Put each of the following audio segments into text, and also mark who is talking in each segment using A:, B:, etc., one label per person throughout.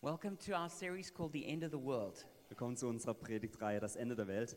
A: Welcome to our series called The End of the World.
B: Willkommen zu unserer Predigtreihe Das Ende der Welt.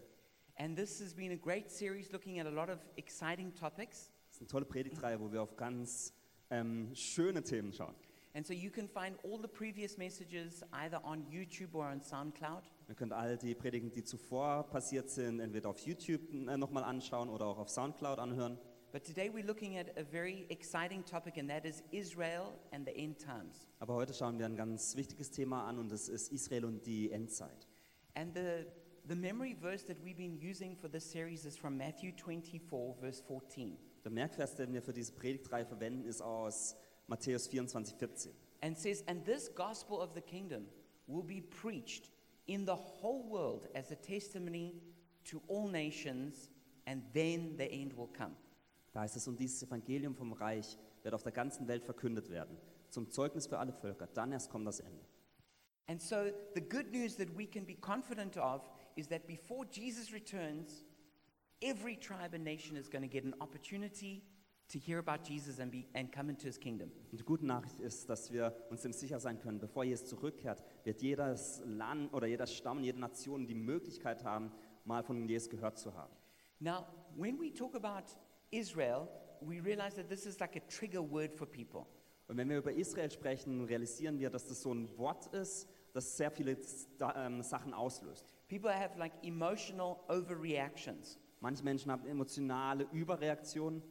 A: And this has been a great series looking at a lot of exciting topics.
B: Das ist eine tolle Predigtreihe, wo wir auf ganz ähm, schöne Themen schauen.
A: And so you can find all the previous messages either on YouTube or on SoundCloud.
B: Ihr könnt all die Predigten, die zuvor passiert sind, entweder auf YouTube äh, nochmal anschauen oder auch auf Soundcloud anhören.
A: But today we're looking at a very exciting topic, and that is Israel and the end times.
B: Aber heute schauen wir ein ganz wichtiges Thema an und das ist Israel und die Endzeit.
A: And the, the memory verse that we've been using for this series is from Matthew 24, verse 14.
B: Der Merkvers, den wir für diese Predigtreihe verwenden, ist aus Matthäus 24, 14.
A: and says, And this gospel of the kingdom will be preached in the whole world as a testimony to all nations, and then the end will come.
B: Da heißt es, und dieses Evangelium vom Reich wird auf der ganzen Welt verkündet werden, zum Zeugnis für alle Völker. Dann erst kommt das Ende.
A: And so, the good news that we can be confident of is that before Jesus returns, every tribe and nation is going to get an opportunity to hear about Jesus and, be, and come into his kingdom.
B: Und die gute Nachricht ist, dass wir uns dem sicher sein können, bevor Jesus zurückkehrt, wird jedes Land oder jeder Stamm, jede Nation die Möglichkeit haben, mal von Jesus gehört zu haben.
A: Now, when we talk about Israel, we realize that this is like a trigger word for people.
B: Und wenn wir über Israel sprechen, realisieren wir, dass das so ein Wort ist, das sehr viele Sta- ähm, Sachen auslöst.
A: People have like emotional overreactions.
B: Manche Menschen haben emotionale Überreaktionen.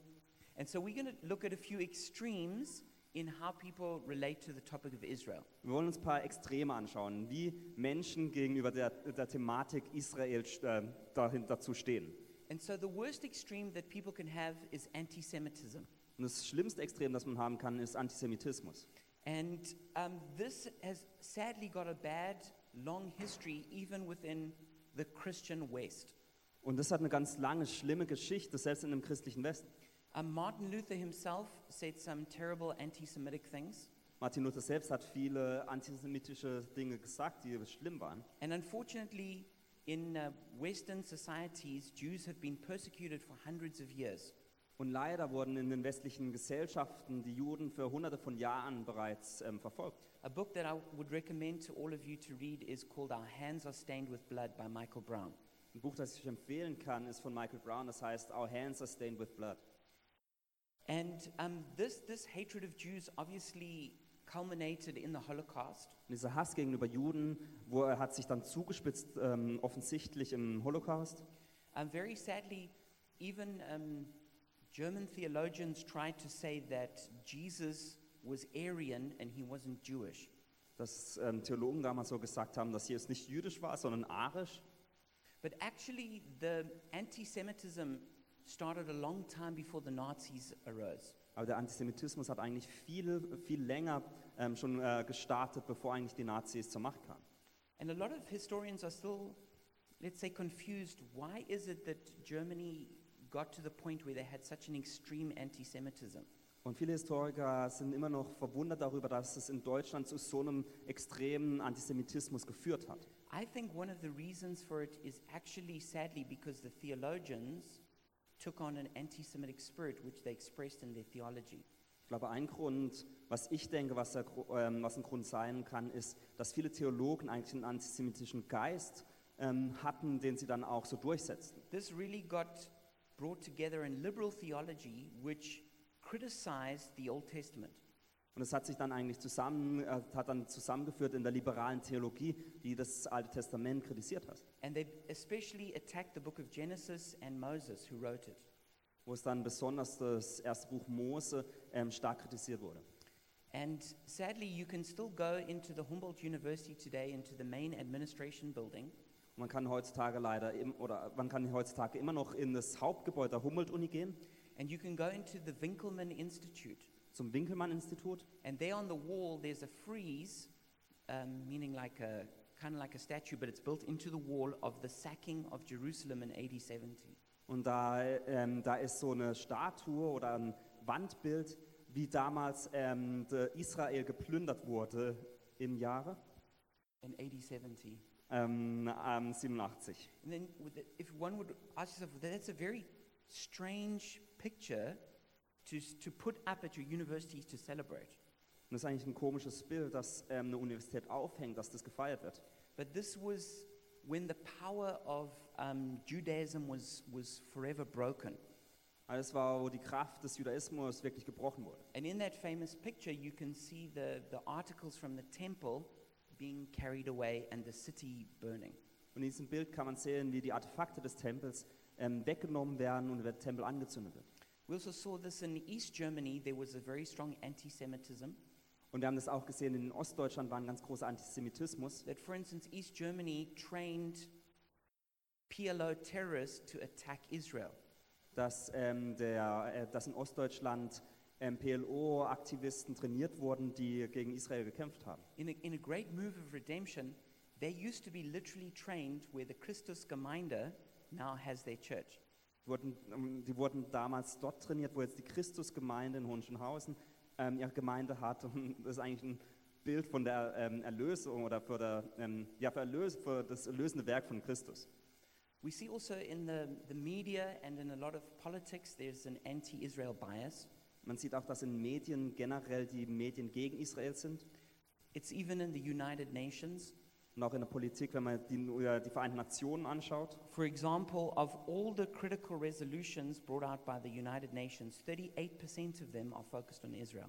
A: And so we're going to look at a few extremes in how people relate to the topic of Israel.
B: Wir wollen uns ein paar Extreme anschauen, wie Menschen gegenüber der, der Thematik Israel äh, dahin, dazu stehen.
A: And so the worst extreme that people can have is anti Semitism.
B: Und das schlimmste Extrem, das man haben kann, ist Antisemitismus.
A: And um, this has sadly got a bad, long history, even within the Christian West.
B: Und das hat eine ganz lange, schlimme Geschichte, selbst in dem christlichen Westen.
A: Um, Martin Luther himself said some terrible anti Semitic things.
B: Martin Luther selbst hat viele antisemitische Dinge gesagt, die schlimm waren.
A: And unfortunately, in uh, Western societies, Jews have been persecuted for hundreds of years.
B: Und leider wurden in den westlichen Gesellschaften die Juden für hunderte von Jahren bereits ähm, verfolgt.
A: A book that I would recommend to all of you to read is called Our Hands Are Stained with Blood by Michael Brown.
B: Ein Buch, das ich empfehlen kann, ist von Michael Brown, das heißt Our Hands Are Stained with Blood.
A: And um, this, this hatred of Jews obviously culminated in the Holocaust.
B: Und dieser Hass gegenüber Juden wo er hat sich dann zugespitzt, ähm, offensichtlich im Holocaust.
A: And Um, very sadly, even um, German theologians tried to say that Jesus was Aryan and he wasn't Jewish.
B: Dass ähm, Theologen damals so gesagt haben, dass Jesus nicht jüdisch war, sondern arisch.
A: But actually, the anti Semitism started a long time before the Nazis arose.
B: Aber der Antisemitismus hat eigentlich viel, viel länger ähm, schon äh, gestartet, bevor eigentlich die Nazis zur Macht kamen.
A: And a lot of historians are still, let's say, confused. Why is it that Germany got to the point where they had such an extreme anti Semitism?
B: Und viele Historiker sind immer noch verwundert darüber, dass es in Deutschland zu so einem extremen Antisemitismus geführt hat.
A: I think one of the reasons for it is actually, sadly, because the theologians took on an anti Semitic spirit which they expressed in their theology.
B: Ich glaube, ein Grund, was ich denke, was, der, Gru- ähm, was ein Grund sein kann, ist, dass viele Theologen eigentlich einen antisemitischen Geist ähm, hatten, den sie dann auch so durchsetzten.
A: This really got brought together in liberal theology, which criticized the Old Testament.
B: Und es hat sich dann eigentlich zusammen, äh, hat dann zusammengeführt in der liberalen Theologie, die das Alte Testament kritisiert hat.
A: And they especially attacked the book of Genesis and Moses, who wrote it.
B: wo es dann besonders das erste Buch Mose ähm, stark kritisiert wurde.
A: And sadly, you can still go into the Humboldt University today, into the main administration building,
B: Und man kann heutzutage leider im, oder man kann heutzutage immer noch in das Hauptgebäude der Humboldt-Uni gehen,
A: and you can go into the Winkelmann Institute.
B: zum Winkelmann-Institut.
A: And there on the wall, there's a frieze, um, meaning like a kind of like a statue, but it's built into the wall of the sacking of Jerusalem in AD 70.
B: Und da, ähm, da ist so eine Statue oder ein Wandbild, wie damals ähm, de Israel geplündert wurde im Jahre
A: In AD 70.
B: ähm, ähm, 87.
A: And then, with the, if one would ask yourself, "Well, that's a very strange picture to, s- to put up at your universities to celebrate.
B: Und das ist eigentlich ein komisches Bild, dass ähm, eine Universität aufhängt, dass das gefeiert wird.
A: But this was when the power of um, Judaism was, was forever broken.
B: Aber das war, wo die Kraft des Judaismus wirklich gebrochen wurde.
A: And in that famous picture, you can see the, the articles from the temple being carried away and the city burning.
B: Und in diesem Bild kann man sehen, wie die Artefakte des Tempels ähm, weggenommen werden und der Tempel angezündet wird.
A: We also saw this in East Germany. There was a very strong anti Semitism.
B: Und wir haben das auch gesehen, in Ostdeutschland war ein ganz großer Antisemitismus.
A: That, for instance, East Germany trained PLO terrorists to attack Israel.
B: dass, ähm, der, äh, dass in Ostdeutschland ähm, PLO-Aktivisten trainiert wurden, die gegen Israel gekämpft haben.
A: In a, in a great move of redemption, they used to be literally trained where the Christus Gemeinde now has their church.
B: Die wurden, ähm, die wurden damals dort trainiert, wo jetzt die Christusgemeinde in Hohenschönhausen ähm, ihre Gemeinde hat. Und das ist eigentlich ein Bild von der ähm, Erlösung oder für, der, ähm, ja, für, Erlös, für das erlösende Werk von Christus.
A: We see also in the, the media and in a lot of politics, there's an anti Israel bias.
B: Man sieht auch, dass in Medien generell die Medien gegen Israel sind.
A: It's even in the United Nations.
B: Und auch in der Politik, wenn man die, oder die Vereinten Nationen anschaut.
A: For example, of all the critical resolutions brought out by the United Nations, 38% of them are focused on Israel.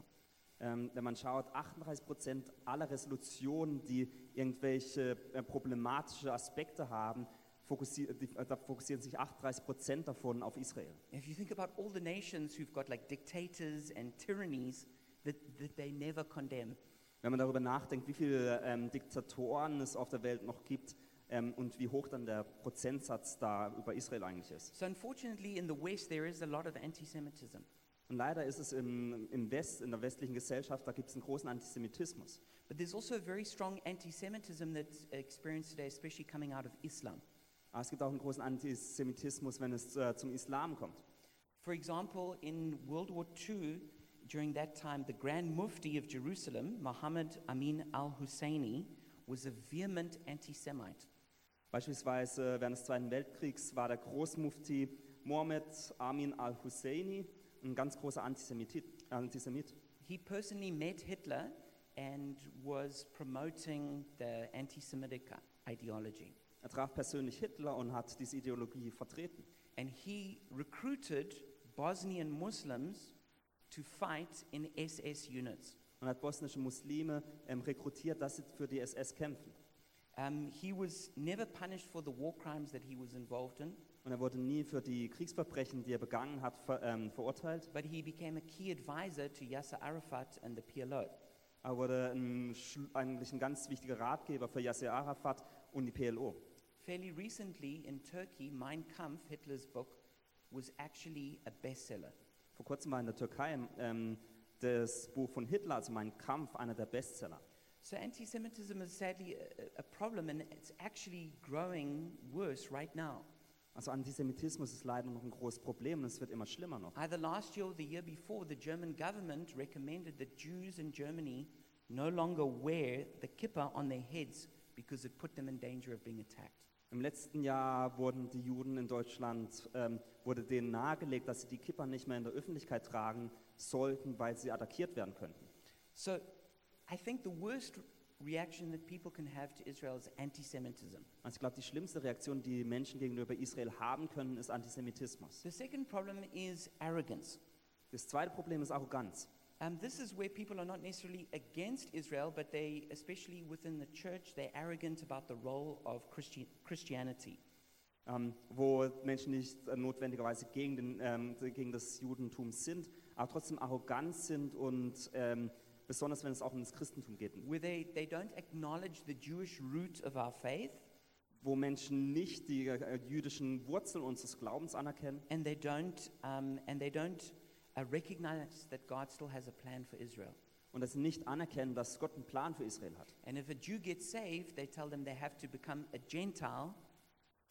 B: Ähm, wenn man schaut, 38 Prozent aller Resolutionen, die irgendwelche äh, problematische Aspekte haben, fokussi- die, äh, da fokussieren sich 38 Prozent davon auf Israel.
A: If you think about all the nations who've got like dictators and tyrannies that, that they never condemn,
B: Wenn man darüber nachdenkt, wie viele ähm, Diktatoren es auf der Welt noch gibt ähm, und wie hoch dann der Prozentsatz da über Israel eigentlich ist.
A: So, unfortunately, in the West, there is a lot of anti Semitism.
B: Und leider ist es im, im West, in der westlichen Gesellschaft, da gibt es einen großen Antisemitismus.
A: But there's also a very strong anti Semitism that's experienced today, especially coming out of Islam.
B: Aber es gibt auch einen großen Antisemitismus, wenn es äh, zum Islam kommt.
A: For example, in World War II, during that time, the Grand Mufti of Jerusalem, Muhammad Amin al Husseini, was a vehement anti Semite.
B: Beispielsweise während des Zweiten Weltkriegs war der Großmufti Mohammed Amin al-Husseini ein ganz großer Antisemit. Antisemit.
A: He personally met Hitler and was promoting the anti Semitic ideology.
B: Er traf persönlich Hitler und hat diese Ideologie vertreten.
A: And he recruited Bosnian Muslims to fight in SS units.
B: Und hat bosnische Muslime ähm, rekrutiert, dass sie für die SS kämpfen.
A: Um, he was never punished for the war crimes that he was involved in,
B: Und er wurde nie für die Kriegsverbrechen, die er begangen hat, ver, ähm, verurteilt.
A: but he became a key advisor to Yasser Arafat and the PLO.
B: Er wurde ein, schl- eigentlich ein ganz wichtiger Ratgeber für Yasser Arafat und die PLO.
A: Fairly recently in Turkey, Mein Kampf, Hitler's book, was actually a bestseller.
B: Vor kurzem war in der Türkei ähm, das Buch von Hitler, also Mein Kampf, einer der Bestseller.
A: So anti Semitism is sadly a, a problem and it's actually growing worse right now.
B: Also Antisemitismus ist leider noch ein großes Problem und es wird immer schlimmer noch.
A: Either last year or the year before, the German government recommended that Jews in Germany no longer wear the kippah on their heads because it put them in danger of being attacked.
B: Im letzten Jahr wurden die Juden in Deutschland, ähm, wurde denen nahegelegt, dass sie die Kippa nicht mehr in der Öffentlichkeit tragen sollten, weil sie attackiert werden könnten.
A: So I think the worst reaction that people can have to Israel is anti Semitism.
B: Also ich glaube, die schlimmste Reaktion, die Menschen gegenüber Israel haben können, ist Antisemitismus.
A: The second problem is arrogance.
B: Das zweite Problem ist Arroganz.
A: Um, this is where people are not necessarily against Israel, but they, especially within the church, they're arrogant about the role of Christi- Christianity.
B: ähm, wo Menschen nicht äh, notwendigerweise gegen, den, ähm, gegen das Judentum sind, aber trotzdem arrogant sind und ähm, besonders wenn es auch ums Christentum geht,
A: Where they, they don't acknowledge the Jewish root of our faith,
B: wo Menschen nicht die äh, jüdischen Wurzeln unseres Glaubens anerkennen
A: and they don't um, and they don't uh, recognize that God still has a plan for Israel.
B: und dass sie nicht anerkennen, dass Gott einen Plan für Israel hat.
A: And if a Jew gets saved, they tell them they have to become a Gentile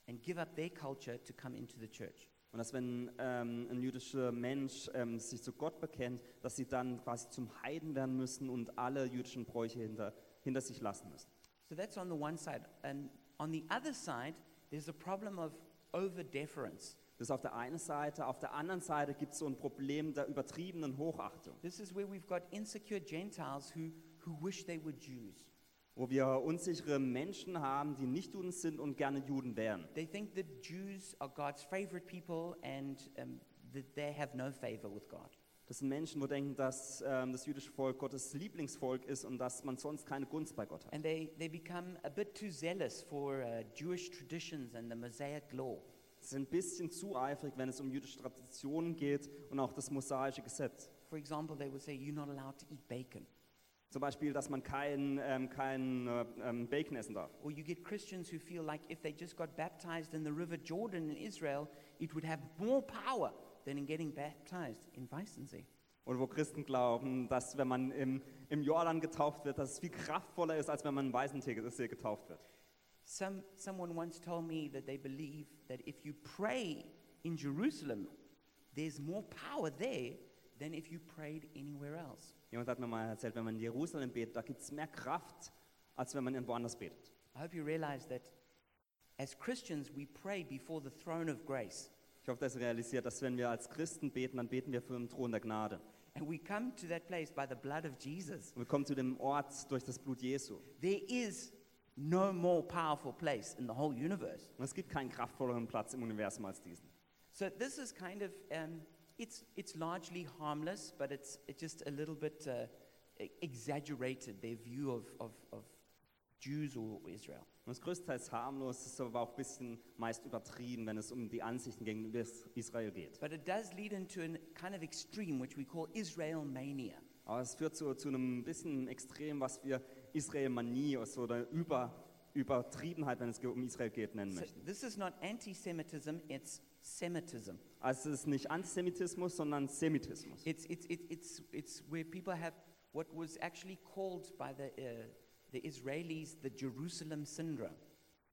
A: and give up their culture to come into the church.
B: Und dass wenn ähm, ein jüdischer Mensch ähm, sich zu Gott bekennt, dass sie dann quasi zum Heiden werden müssen und alle jüdischen Bräuche hinter, hinter sich lassen müssen.
A: So that's on the one side. And on the other side, there's a problem of over deference.
B: Das ist auf der einen Seite. Auf der anderen Seite gibt es so ein Problem der übertriebenen Hochachtung,
A: This is where we've got insecure Gentiles who, who wish they were Jews.
B: wo wir unsichere Menschen haben, die nicht Juden sind und gerne Juden wären.
A: They think that Jews are God's favorite people and um, that they have no favor with God.
B: Das sind Menschen, wo denken, dass ähm, das jüdische Volk Gottes Lieblingsvolk ist und dass man sonst keine Gunst bei Gott hat.
A: And they, they become a bit too zealous for uh, Jewish traditions and the Mosaic law.
B: Sie sind ein bisschen zu eifrig, wenn es um jüdische Traditionen geht und auch das mosaische Gesetz.
A: For example, they would say, You're not allowed to eat bacon.
B: Zum Beispiel, dass man kein, ähm, kein äh, ähm, Bacon essen darf.
A: Or you get Christians who feel like if they just got baptized in the River Jordan in Israel, it would have more power than in getting baptized in Weissensee.
B: Oder wo Christen glauben, dass wenn man im, im Jordan getauft wird, dass es viel kraftvoller ist, als wenn man im weißen Tee See getauft wird.
A: Some, someone once told me that they believe that if you pray in Jerusalem, there's more power there than if you prayed anywhere else.
B: Jemand hat mir mal erzählt, wenn man in Jerusalem betet, da gibt es mehr Kraft, als wenn man irgendwo anders betet.
A: I hope you realize that as Christians, we pray before the throne of grace.
B: Ich hoffe, dass ihr realisiert, dass wenn wir als Christen beten, dann beten wir für den Thron der Gnade.
A: And we come to that place by the blood of Jesus.
B: Und wir kommen zu dem Ort durch das Blut Jesu.
A: There is no more powerful place in the whole universe.
B: Und es gibt keinen kraftvolleren Platz im Universum als diesen.
A: So this is kind of um, it's it's largely harmless, but it's it's just a little bit uh, e- exaggerated their view of, of, of Jews or Israel.
B: Und das größtenteils harmlos, ist aber auch ein bisschen meist übertrieben, wenn es um die Ansichten gegenüber Is- Israel geht.
A: But it does lead into a kind of extreme, which we call Israel mania.
B: Aber es führt zu, zu einem bisschen Extrem, was wir Israel-Manie also oder über, Übertriebenheit, wenn es ge- um Israel geht, nennen
A: So
B: möchten.
A: this is not anti-Semitism; it's Semitism.
B: Also es ist nicht Antisemitismus, sondern Semitismus.
A: It's it's it, it's it's where people have what was actually called by the uh, the Israelis the Jerusalem syndrome.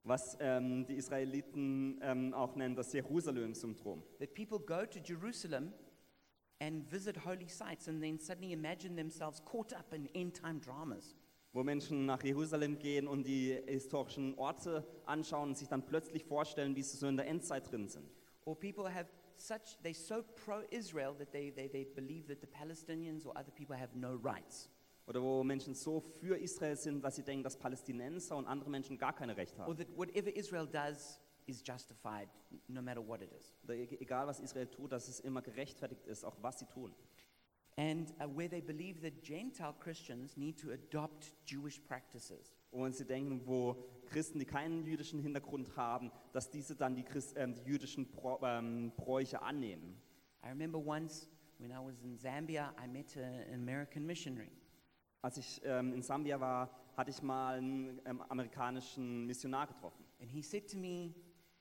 B: Was ähm, die Israeliten ähm, auch nennen das Jerusalem-Syndrom.
A: that people go to Jerusalem and visit holy sites and then suddenly imagine themselves caught up in end time dramas.
B: Wo Menschen nach Jerusalem gehen und die historischen Orte anschauen und sich dann plötzlich vorstellen, wie sie so in der Endzeit drin sind.
A: Or people have such, they're so pro Israel that they, they, they believe that the Palestinians or other people have no rights.
B: Oder wo Menschen so für Israel sind, dass sie denken, dass Palästinenser und andere Menschen gar keine Rechte
A: Or
B: haben.
A: that whatever Israel does is justified, n- no matter what it is.
B: Oder e- egal, was Israel tut, dass es immer gerechtfertigt ist, auch was sie tun.
A: And uh, where they believe that Gentile Christians need to adopt Jewish practices.
B: Und sie denken, wo Christen, die keinen jüdischen Hintergrund haben, dass diese dann die, Christ, ähm, die jüdischen Pro, ähm, Bräuche annehmen.
A: I remember once when I was in Zambia, I met a- an American missionary.
B: Als ich ähm, in Sambia war, hatte ich mal einen ähm, amerikanischen Missionar getroffen.
A: And he said to me,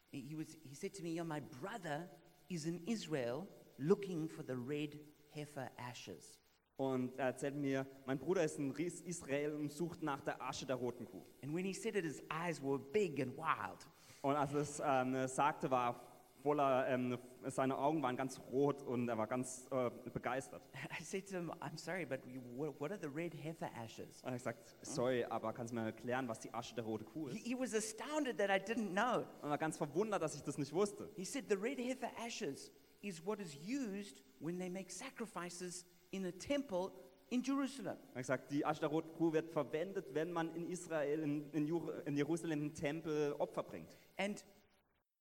A: he, was, he said to me, "Yeah, my brother is in Israel looking for the red heifer ashes.
B: Und er erzählt mir, mein Bruder ist in Ries- Israel und sucht nach der Asche der roten Kuh.
A: And when he said it, his eyes were big and wild.
B: Und als er es ähm, sagte, war er voller, ähm, seine Augen waren ganz rot und er war ganz äh, begeistert.
A: I said to him, I'm sorry, but you- what, what are the red heifer ashes?
B: Und er hat gesagt, sorry, aber kannst du mir erklären, was die Asche der roten Kuh
A: He,
B: ist?
A: he was astounded that I didn't know.
B: Und er war ganz verwundert, dass ich das nicht wusste.
A: He said, the red heifer ashes is what is used when they make sacrifices in a temple in Jerusalem.
B: Er hat gesagt, die Asche der roten Kuh wird verwendet, wenn man in Israel, in, in, Jur in Jerusalem im Tempel Opfer bringt.
A: And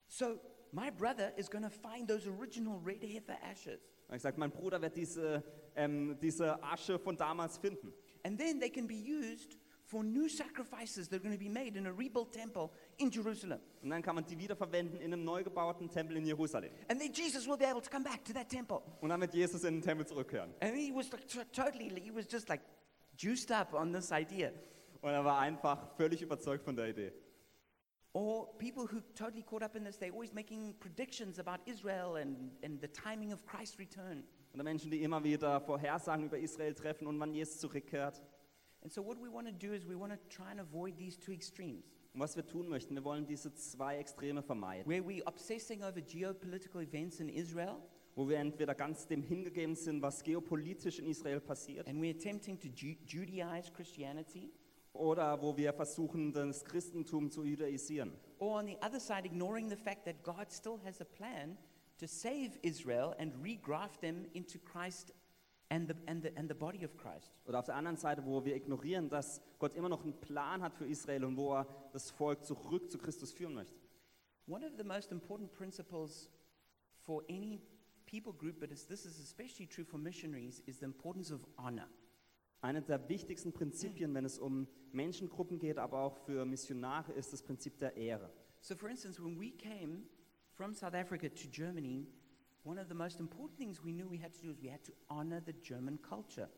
A: so my brother is going to find those original red heifer ashes.
B: Er hat gesagt, mein Bruder wird diese, ähm, diese Asche von damals finden.
A: And then they can be used for new sacrifices that are going to be made in a rebuilt temple in Jerusalem.
B: Und dann kann man die wiederverwenden in einem neu gebauten Tempel in Jerusalem.
A: And then Jesus will be able to come back to that temple.
B: Und dann wird Jesus in den Tempel zurückkehren.
A: And he was like, t- totally, he was just like juiced up on this idea.
B: Und er war einfach völlig überzeugt von der Idee.
A: Or people who totally caught up in this, they're always making predictions about Israel and, and the timing of Christ's return.
B: Oder Menschen, die immer wieder Vorhersagen über Israel treffen und wann Jesus zurückkehrt.
A: And so, what we want to do is we want to try and avoid these two extremes
B: Und was wir tun möchten, wir wollen diese zwei Extreme vermeiden,
A: where we're obsessing over geopolitical events in Israel
B: wo wir entweder ganz dem hingegeben sind, was geopolitisch in Israel passiert,
A: and we're attempting to Ju- Judaize Christianity.
B: oder wo wir versuchen, das Christentum zu judaisieren.
A: Or on the other side, ignoring the fact that God still has a plan to save Israel and regraft them into Christ and the, and the, and the body of Christ.
B: Oder auf der anderen Seite, wo wir ignorieren, dass Gott immer noch einen Plan hat für Israel und wo er das Volk zurück zu Christus führen möchte.
A: One of the most important principles for any people group, but it's, this is especially true for missionaries, is the importance of honor.
B: Eines der wichtigsten Prinzipien, wenn es um Menschengruppen geht, aber auch für Missionare, ist das Prinzip der Ehre.
A: So, for instance, when we came from South Africa to Germany, one of the most important things we knew we had to do is we had to honor the German culture.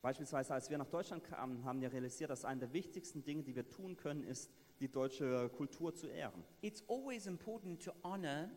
B: Beispielsweise, als wir nach Deutschland kamen, haben wir realisiert, dass eine der wichtigsten Dinge, die wir tun können, ist, die deutsche Kultur zu ehren.
A: It's always important to honor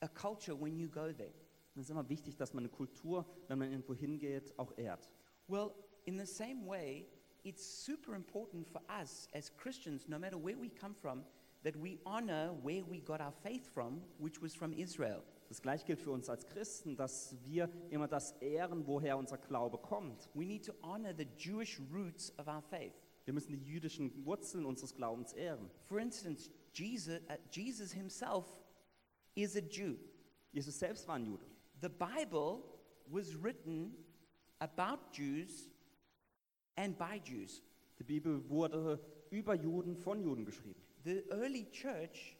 A: a culture when you go there.
B: Und Es ist immer wichtig, dass man eine Kultur, wenn man irgendwo hingeht, auch ehrt.
A: Well, in the same way, it's super important for us as Christians, no matter where we come from, that we honor where we got our faith from, which was from Israel.
B: Das gleiche gilt für uns als Christen, dass wir immer das ehren, woher unser Glaube kommt.
A: We need to honor the Jewish roots of our faith.
B: Wir müssen die jüdischen Wurzeln unseres Glaubens ehren.
A: For instance, Jesus, uh, Jesus himself is a Jew.
B: Jesus selbst war ein Jude.
A: The Bible was written about Jews and by Jews.
B: Die Bibel wurde über Juden von Juden geschrieben.
A: The early church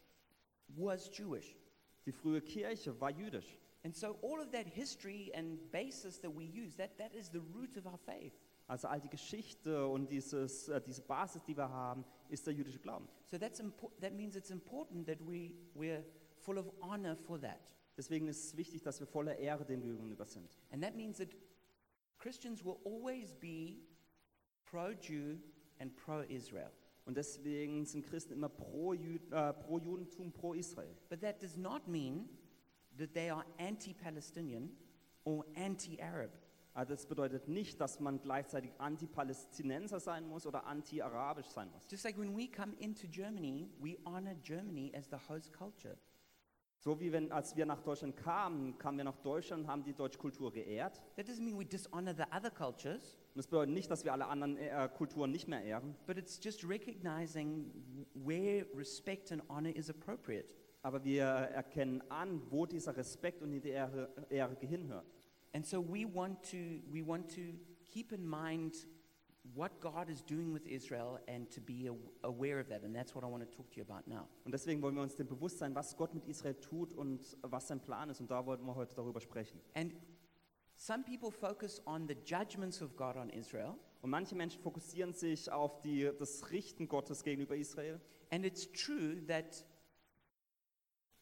A: was Jewish.
B: Die frühe Kirche war jüdisch.
A: And so all of that history and basis that we use, that, that is the root of our faith.
B: Also all die Geschichte und dieses, äh, diese Basis, die wir haben, ist der jüdische Glauben.
A: So that's impo- that means it's important that we, we're full of honor for that.
B: Deswegen ist es wichtig, dass wir voller Ehre dem gegenüber sind.
A: And that means that Christians will always be pro Jew and pro Israel.
B: Und deswegen sind Christen immer pro, Jü äh, pro Judentum, pro Israel.
A: But that does not mean that they are anti Palestinian or anti Arab.
B: Also das bedeutet nicht, dass man gleichzeitig Anti-Palästinenser sein muss oder anti-arabisch sein muss.
A: Just like when we come into Germany, we honor Germany as the host culture.
B: So wie wenn, als wir nach Deutschland kamen, kamen wir nach Deutschland und haben die deutsche Kultur geehrt.
A: That doesn't mean we dishonor the other cultures.
B: Und das bedeutet nicht, dass wir alle anderen äh, Kulturen nicht mehr ehren,
A: But it's just recognizing where respect and honor is appropriate.
B: aber wir erkennen an, wo dieser Respekt und die Ehre, Ehre hinhört.
A: And so we want to we want to keep in mind what God is doing with Israel and to be a- aware of that. And that's what I want to talk to you about now.
B: Und deswegen wollen wir uns dem bewusst sein, was Gott mit Israel tut und was sein Plan ist. Und da wollten wir heute darüber sprechen.
A: And some people focus on the judgments of God on Israel,
B: Und manche Menschen fokussieren sich auf die, das Richten Gottes gegenüber Israel.
A: and it's true that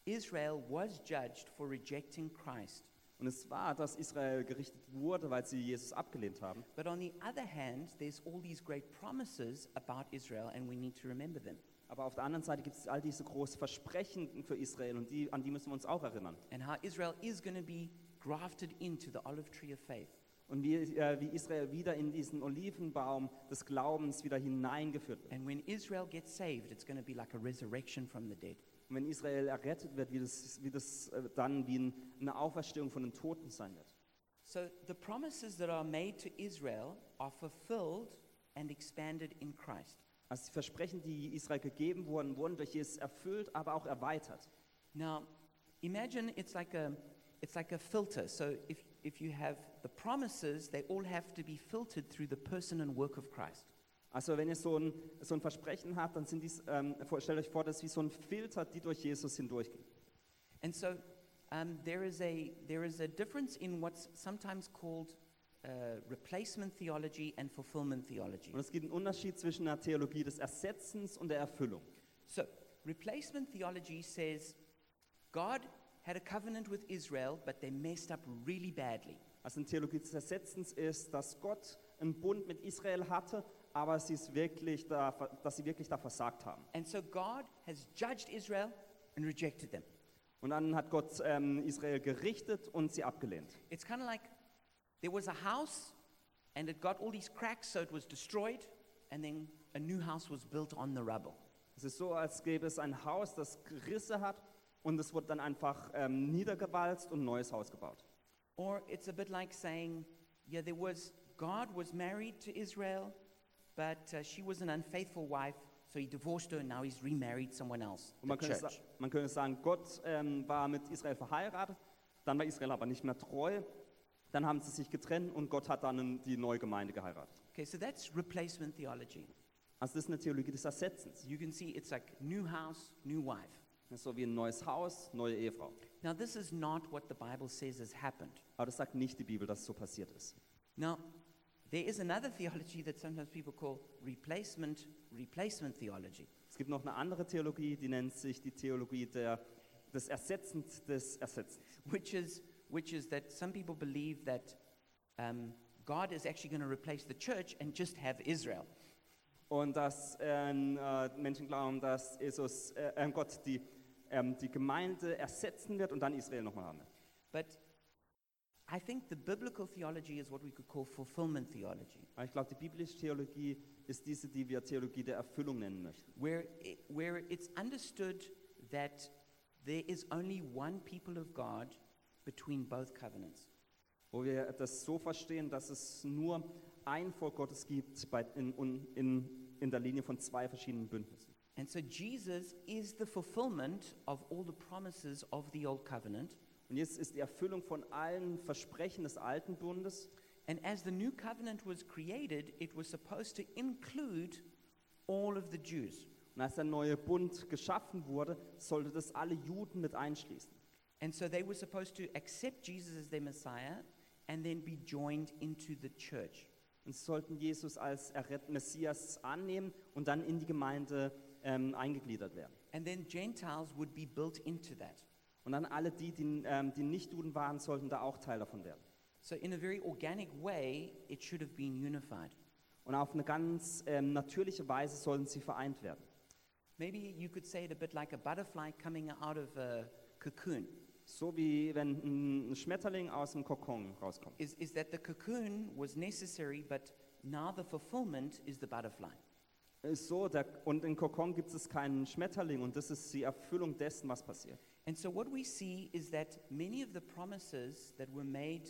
A: Israel was judged for rejecting Christ.
B: Und es war, dass Israel gerichtet wurde, weil sie Jesus abgelehnt haben.
A: But on the other hand, there's all these great promises about Israel, and we need to remember them.
B: Aber auf der anderen Seite gibt es all diese großen Versprechen für Israel und die, an die müssen wir uns auch erinnern.
A: and how Israel is going to be grafted into the olive tree of faith.
B: Und wie, äh, wie Israel wieder in diesen Olivenbaum des Glaubens wieder hineingeführt wird.
A: And when Israel gets saved, it's going to be like a resurrection from the dead.
B: Und wenn Israel errettet wird, wie das, wie das äh, dann wie ein, eine Auferstehung von den Toten sein wird.
A: So the promises that are made to Israel are fulfilled and expanded in Christ.
B: Also die Versprechen, die Israel gegeben wurden, wurden durch Jesus erfüllt, aber auch erweitert.
A: Now, imagine it's like a it's like a filter. So if if you have the promises, they all have to be filtered through the person and work of Christ.
B: Also wenn ihr so ein, so ein Versprechen habt, dann sind dies, ähm, vor- stellt euch vor, das ist wie so ein Filter, die durch Jesus hindurchgehen.
A: And so um, there, is a, there is a difference in what's sometimes called uh, replacement theology and fulfillment theology.
B: Und es gibt einen Unterschied zwischen der Theologie des Ersetzens und der Erfüllung.
A: So, replacement theology says God had a covenant with Israel, but they messed up really badly.
B: Also eine Theologie des Ersetzens ist, dass Gott einen Bund mit Israel hatte, aber sie ist wirklich da, dass sie wirklich da versagt haben.
A: And so God has judged Israel and rejected them.
B: Und dann hat Gott ähm, Israel gerichtet und sie abgelehnt.
A: It's kind of like there was a house and it got all these cracks, so it was destroyed, and then a new house was built on the rubble.
B: Es ist so, als gäbe es ein Haus, das Risse hat und es wurde dann einfach ähm, niedergewalzt und ein neues Haus gebaut.
A: Or it's a bit like saying, yeah, there was, God was married to Israel, but uh, she was an unfaithful wife, so he divorced her and now he's remarried someone else.
B: Und man
A: the
B: könnte, sa-
A: church.
B: man könnte sagen, Gott ähm, war mit Israel verheiratet, Dann war Israel aber nicht mehr treu. Dann haben sie sich getrennt und Gott hat dann die neue Gemeinde geheiratet.
A: Okay, so that's replacement theology.
B: Also das ist eine Theologie des Ersetzens.
A: You can see it's like new house, new wife.
B: Das ist so wie ein neues Haus, neue Ehefrau.
A: Now, this is not what the Bible says has happened.
B: Aber das sagt nicht die Bibel, dass es so passiert ist.
A: Now, there is another theology that sometimes people call replacement, replacement theology.
B: Es gibt noch eine andere Theologie, die nennt sich die Theologie der, des Ersetzens des Ersetzens.
A: which is which is that some people believe that um, God is actually going to replace the church and just have Israel.
B: Und dass ähm, äh, Menschen glauben, dass Jesus, äh, ähm, Gott die, ähm, die Gemeinde ersetzen wird und dann Israel nochmal haben wird.
A: But I think the biblical theology is what we could call fulfillment theology,
B: Aber ich glaube, die biblische Theologie ist diese, die wir Theologie der Erfüllung nennen möchten.
A: where i where it's understood that there is only one people of God between both covenants.
B: Wo wir das so verstehen, dass es nur ein Volk Gottes gibt bei, in, un- in, in der Linie von zwei verschiedenen Bündnissen.
A: And so Jesus is the fulfillment of all the promises of the old covenant.
B: Und jetzt ist die Erfüllung von allen Versprechen des alten Bundes.
A: And as the new covenant was created, it was supposed to include all of the Jews.
B: Und als der neue Bund geschaffen wurde, sollte das alle Juden mit einschließen.
A: And so they were supposed to accept Jesus as their Messiah and then be joined into the church.
B: Und sie sollten Jesus als Errett Messias annehmen und dann in die Gemeinde ähm, eingegliedert werden.
A: And then Gentiles would be built into that.
B: Und dann alle die, die, ähm, die nicht Juden waren, sollten da auch Teil davon werden.
A: So, in a very organic way, it should have been unified.
B: Und auf eine ganz ähm, natürliche Weise sollten sie vereint werden.
A: Maybe you could say it a bit like a butterfly coming out of a cocoon.
B: So wie wenn ein Schmetterling aus dem Kokon rauskommt.
A: Is, is that the cocoon was necessary, but now the fulfillment is the butterfly.
B: Ist so, der, und im Kokon gibt es keinen Schmetterling und das ist die Erfüllung dessen, was passiert.
A: And so, what we see is that many of the promises that were made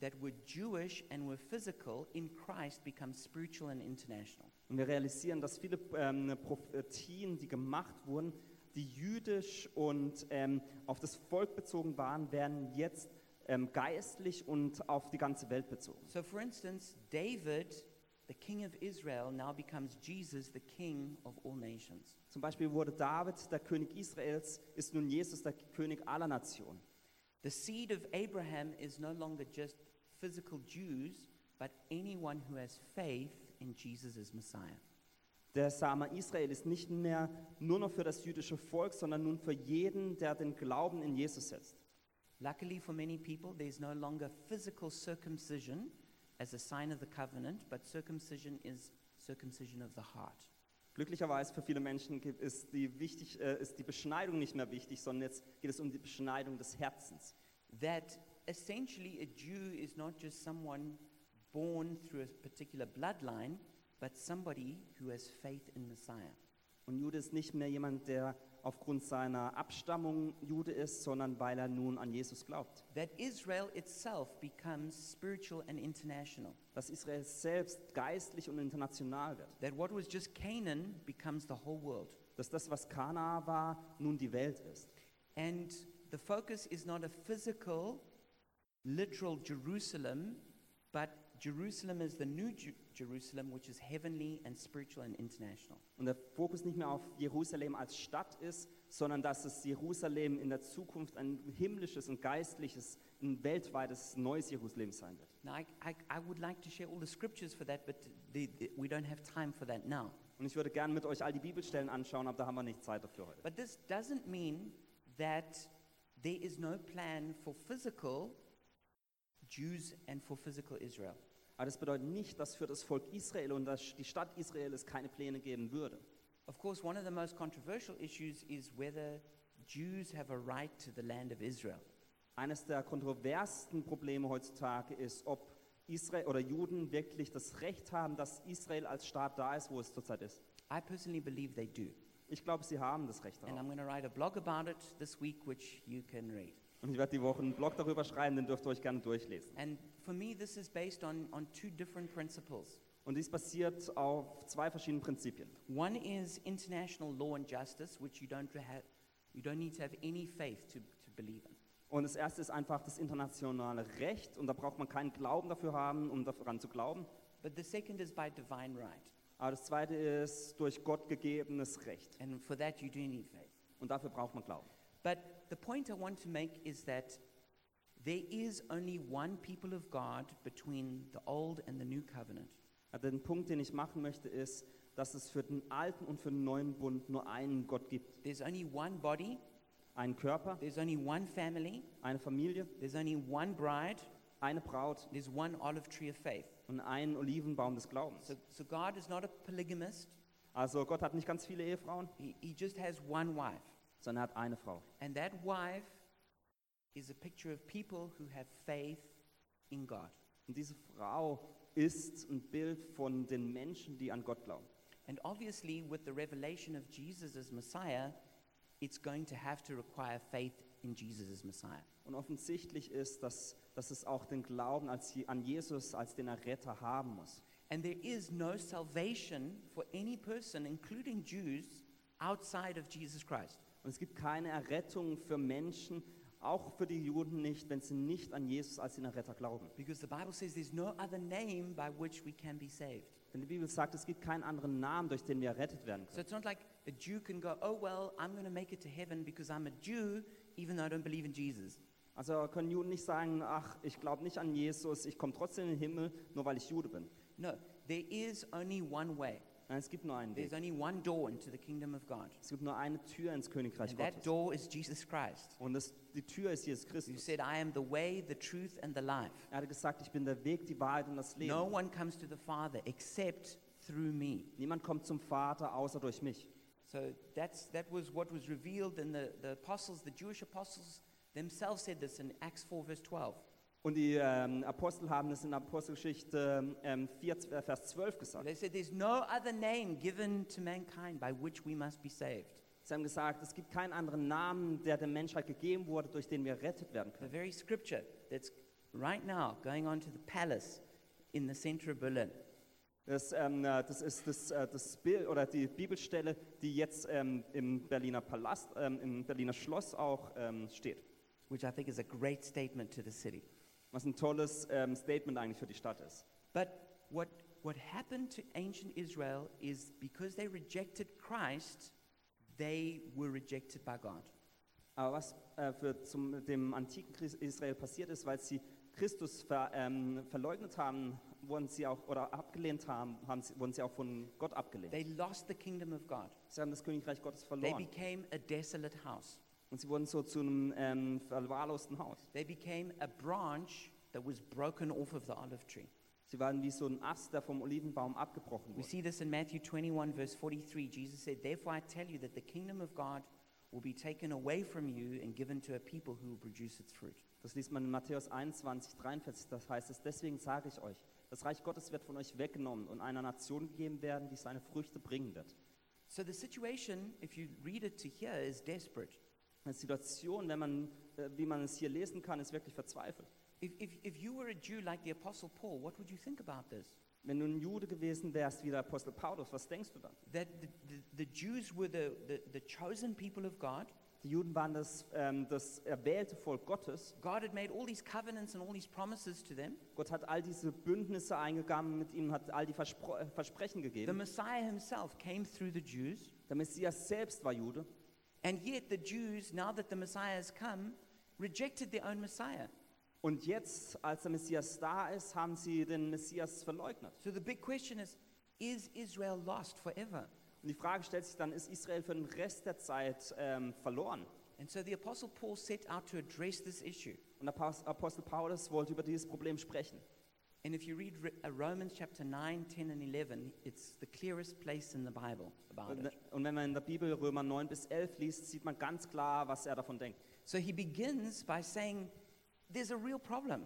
A: that were Jewish and were physical in Christ become spiritual and international.
B: Und wir realisieren, dass viele ähm, Prophetien, die gemacht wurden, die jüdisch und ähm, auf das Volk bezogen waren, werden jetzt ähm, geistlich und auf die ganze Welt bezogen.
A: So, for instance, David, the king of Israel, now becomes Jesus, the king of all nations.
B: Zum Beispiel wurde David, der König Israels, ist nun Jesus, der König aller Nationen.
A: The seed of Abraham is no longer just physical Jews, but anyone who has faith in Jesus as Messiah.
B: Der Same Israel ist nicht mehr nur noch für das jüdische Volk, sondern nun für jeden, der den Glauben in Jesus setzt.
A: Luckily for many people, there's no longer physical circumcision as a sign of the covenant, but circumcision is circumcision of the heart.
B: Glücklicherweise für viele Menschen gibt- ist die, wichtig, äh, ist die Beschneidung nicht mehr wichtig, sondern jetzt geht es um die Beschneidung des Herzens.
A: That essentially a Jew is not just someone born through a particular bloodline, but somebody who has faith in Messiah.
B: Und Jude ist nicht mehr jemand, der aufgrund seiner Abstammung Jude ist, sondern weil er nun an Jesus glaubt.
A: That Israel itself becomes spiritual and international.
B: Dass Israel selbst geistlich und international wird.
A: That what was just Canaan becomes the whole world.
B: Dass das, was Kana war, nun die Welt ist.
A: And the focus is not a physical, literal Jerusalem, but Jerusalem is the new Ju- Jerusalem, which is heavenly and spiritual and international.
B: Und der Fokus nicht mehr auf Jerusalem als Stadt ist, sondern dass es Jerusalem in der Zukunft ein himmlisches und geistliches, ein weltweites neues Jerusalem sein wird.
A: Now, I, I, I would like to share all the scriptures for that, but the, the- we don't have time for that now.
B: Und ich würde gerne mit euch all die Bibelstellen anschauen, aber da haben wir nicht Zeit dafür heute.
A: But this doesn't mean that there is no plan for physical Jews and for physical Israel.
B: Aber das bedeutet nicht, dass für das Volk Israel und das, die Stadt Israel es keine Pläne geben würde.
A: Of course, one of the most controversial issues is whether Jews have a right to the land of Israel.
B: Eines der kontroversesten Probleme heutzutage ist, ob Israel oder Juden wirklich das Recht haben, dass Israel als Staat da ist, wo es zurzeit ist.
A: I personally believe they do.
B: Ich glaube, sie haben das Recht
A: And
B: darauf.
A: I'm going to write a blog about it this week, which you can read.
B: Und ich werde die Woche einen Blog darüber schreiben, den dürft ihr euch gerne durchlesen.
A: And for me, this is based on, on two different principles.
B: Und dies basiert auf zwei verschiedenen Prinzipien.
A: One is international law and justice, which you don't, ha- you don't need to have any faith to, to believe in.
B: Und das erste ist einfach das internationale Recht und da braucht man keinen Glauben dafür haben, um daran zu glauben.
A: But the second is by divine right.
B: Aber das zweite ist durch Gott gegebenes Recht
A: And for that, you do need faith.
B: und dafür braucht man Glauben.
A: But the point I want to make is that there is only one people of God between the Old and the New Covenant.
B: Ja, Den Also Punkt, den ich machen möchte, ist, dass es für den alten und für den neuen Bund nur einen Gott gibt.
A: There's only one body,
B: Einen Körper,
A: there's only one family,
B: eine Familie,
A: there's only one bride,
B: eine Braut
A: there's one olive tree of faith.
B: und einen Olivenbaum des Glaubens.
A: So, so God is not a polygamist,
B: Also Gott hat nicht ganz viele Ehefrauen,
A: he, he just has one wife.
B: sondern er hat eine Frau.
A: And that wife is a picture of people who have faith in God.
B: Und diese Frau ist ein Bild von den Menschen, die an Gott glauben.
A: And obviously, with the revelation of Jesus as Messiah, it's going to have to require faith in Jesus as Messiah.
B: Und offensichtlich ist, dass, dass es auch den Glauben als, Je- an Jesus als den Erretter haben muss.
A: And there is no salvation for any person, including Jews, outside of Jesus Christ.
B: Und es gibt keine Errettung für Menschen, auch für die Juden nicht, wenn sie nicht an Jesus als den Erretter glauben.
A: Because the Bible says there's no other name by which we can be saved.
B: Denn die Bibel sagt, es gibt keinen anderen Namen, durch den wir errettet werden
A: So
B: können.
A: it's not like a Jew can go, oh, well, I'm going to make it to heaven because I'm a Jew, even though I don't believe in Jesus.
B: Also können Juden nicht sagen, ach, ich glaube nicht an Jesus, ich komme trotzdem in den Himmel, nur weil ich Jude bin.
A: No, there is only one way.
B: Nein, es gibt nur einen
A: There's
B: Weg.
A: only one door into the kingdom of God.
B: Es gibt nur eine Tür ins Königreich
A: And that
B: Gottes.
A: door is Jesus Christ,
B: Und das, die Tür ist Jesus
A: who
B: Christus.
A: said, I am the way, the truth, and the life.
B: Er hat gesagt, ich bin der Weg, die Wahrheit und das
A: No
B: Leben.
A: one comes to the Father except through me.
B: Niemand kommt zum Vater außer durch mich.
A: So that's, that was what was revealed, and the, the apostles, the Jewish apostles themselves said this in Acts 4, verse 12.
B: Und die ähm, Apostel haben es in Apostelgeschichte ähm, 4, äh, Vers 12 gesagt.
A: They said, There's no other name given to mankind by which we must be saved.
B: Sie haben gesagt, es gibt keinen anderen Namen, der der Menschheit gegeben wurde, durch den wir errettet werden
A: The
B: können.
A: very scripture that's right now going on to the palace in the center of Berlin.
B: Das, ähm, äh, das ist das, äh, das Bild oder die Bibelstelle, die jetzt ähm, im Berliner Palast, ähm, im Berliner Schloss auch ähm, steht.
A: which I think is a great statement to the city.
B: Was ein tolles ähm, Statement eigentlich für die Stadt ist.
A: But what, what happened to ancient Israel is because they rejected Christ, they were rejected by God.
B: Aber was äh, für zum, dem antiken Christ Israel passiert ist, weil sie Christus ver, ähm, verleugnet haben, wurden sie auch oder abgelehnt haben, haben sie, wurden sie auch von Gott abgelehnt.
A: They lost the kingdom of God.
B: Sie haben das Königreich Gottes
A: They
B: verloren
A: became a desolate house.
B: und sie wurden so zu einem ähm, verwahrlosten Haus.
A: They became a branch that was broken off of the olive tree.
B: Sie waren wie so ein Ast, der vom Olivenbaum abgebrochen
A: We
B: wurde.
A: see this in Matthew 21, verse 43. Jesus said, Therefore I tell you that the kingdom of God will be taken away from you and given to a people who will produce its fruit.
B: Das liest man in Matthäus 21, 43. Das heißt es, deswegen sage ich euch, das Reich Gottes wird von euch weggenommen und einer Nation gegeben werden, die seine Früchte bringen wird.
A: So the situation, if you read it to here, is desperate.
B: Die Situation, wenn man, äh, wie man es hier lesen kann, ist wirklich verzweifelt.
A: If, if, if you were a Jew like the Apostle Paul, what would you think about this?
B: Wenn du ein Jude gewesen wärst wie der Apostel Paulus, was denkst du dann?
A: That the, the, the Jews were the, the, the chosen people of God.
B: Die Juden waren das, ähm, das erwählte Volk Gottes.
A: God had made all these covenants and all these promises to them.
B: Gott hat all diese Bündnisse eingegangen mit ihm, hat all die Verspro äh, Versprechen
A: The
B: gegeben.
A: Messiah himself came through the Jews.
B: Der Messias selbst war Jude.
A: And yet the Jews, now that the Messiah has come, rejected their own Messiah.
B: Und jetzt, als der Messias da ist, haben sie den Messias verleugnet.
A: So the big question is is Israel lost forever?
B: Und die Frage stellt sich dann, ist Israel für den Rest der Zeit ähm, verloren?
A: And so the Apostle Paul set out to address this issue.
B: Und der Paus- Apostel Paulus wollte über dieses Problem sprechen.
A: And if you read Re- uh, Romans chapter 9, 10, and 11, it's the clearest place in the Bible about
B: Und,
A: it.
B: und wenn man in der Bibel Römer 9 bis 11 liest, sieht man ganz klar, was er davon denkt.
A: So he begins by saying, There's a real problem.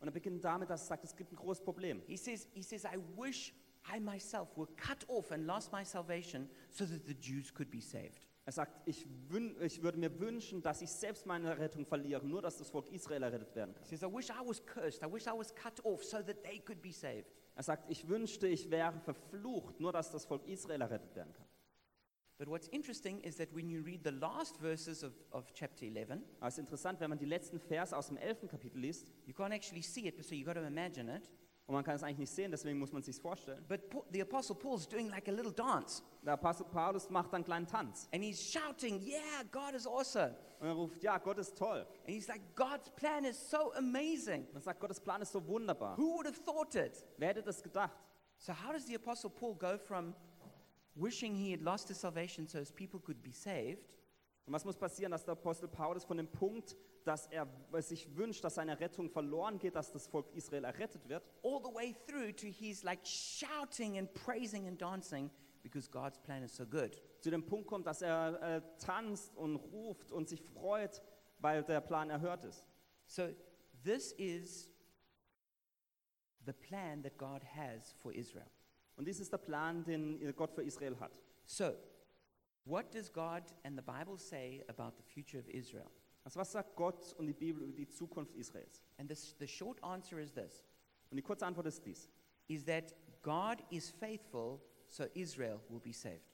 B: Und er beginnt damit, dass er sagt, es gibt ein großes Problem.
A: He says, he says I wish I myself were cut off and lost my salvation so that the Jews could be saved.
B: Er sagt, ich, wün ich würde mir wünschen, dass ich selbst meine Rettung verliere, nur dass das Volk Israel errettet werden kann.
A: He says, I wish I was cursed. I wish I was cut off so that they could be saved.
B: Er sagt, ich wünschte, ich wäre verflucht, nur dass das Volk Israel errettet werden kann.
A: But what's interesting is that when you read the last verses of, of chapter 11,
B: Aber es ist interessant, wenn man die letzten Verse aus dem 11. Kapitel liest,
A: you can't actually see it, so you've got to imagine it.
B: und man kann es eigentlich nicht sehen, deswegen muss man es sich vorstellen.
A: But Paul, the Apostle Paul's doing like a little dance,
B: Der Apostel Paulus macht einen kleinen Tanz
A: and he's shouting, Yeah, God is awesome.
B: und er ruft, ja, Gott ist toll.
A: And he's like, God's plan is so amazing.
B: Und er sagt, Gottes Plan ist so wunderbar.
A: Who would have thought it?
B: Wer hätte das gedacht?
A: So, how does the Apostle Paul go from wishing he had lost his salvation so his people could be saved
B: Und was muss passieren, dass der Apostel Paulus von dem Punkt, dass er sich wünscht, dass seine Rettung verloren geht, dass das Volk Israel errettet wird,
A: all the way through to he's like shouting and praising and dancing because God's plan is so good.
B: zu dem Punkt kommt, dass er äh, tanzt und ruft und sich freut, weil der Plan erhört ist.
A: So this is the plan that God has for Israel.
B: Und dies ist der Plan, den Gott für Israel hat.
A: So what does God and the Bible say about the future of Israel?
B: Also was sagt Gott und die Bibel über die Zukunft Israels?
A: And this, the short answer is this
B: Und die kurze Antwort ist dies.
A: is that God is faithful so Israel will be saved.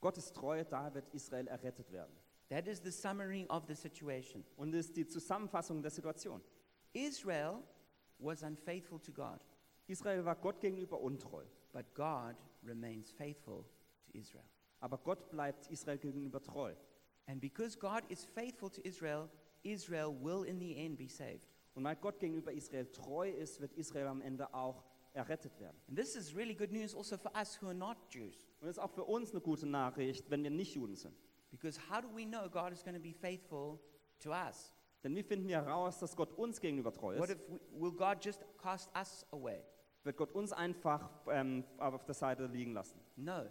B: Gott ist treu, daher wird Israel errettet werden.
A: That is the summary of the situation.
B: Und das ist die Zusammenfassung der Situation.
A: Israel was unfaithful to God,
B: Israel war Gott gegenüber untreu,
A: but God remains faithful to Israel.
B: aber Gott bleibt Israel gegenüber treu.
A: And because God is faithful to Israel, Israel will in the end be saved.
B: Und weil Gott gegenüber Israel treu ist, wird Israel am Ende auch errettet werden.
A: And this is really good news also for us who are not Jews.
B: Und das ist auch für uns eine gute Nachricht, wenn wir nicht Juden sind.
A: Because how do we know God is going to be faithful to us?
B: Denn wir finden ja raus, dass Gott uns gegenüber treu
A: What
B: ist.
A: if we, will God just cast us away?
B: Wird Gott uns einfach ähm, auf der Seite liegen lassen?
A: No.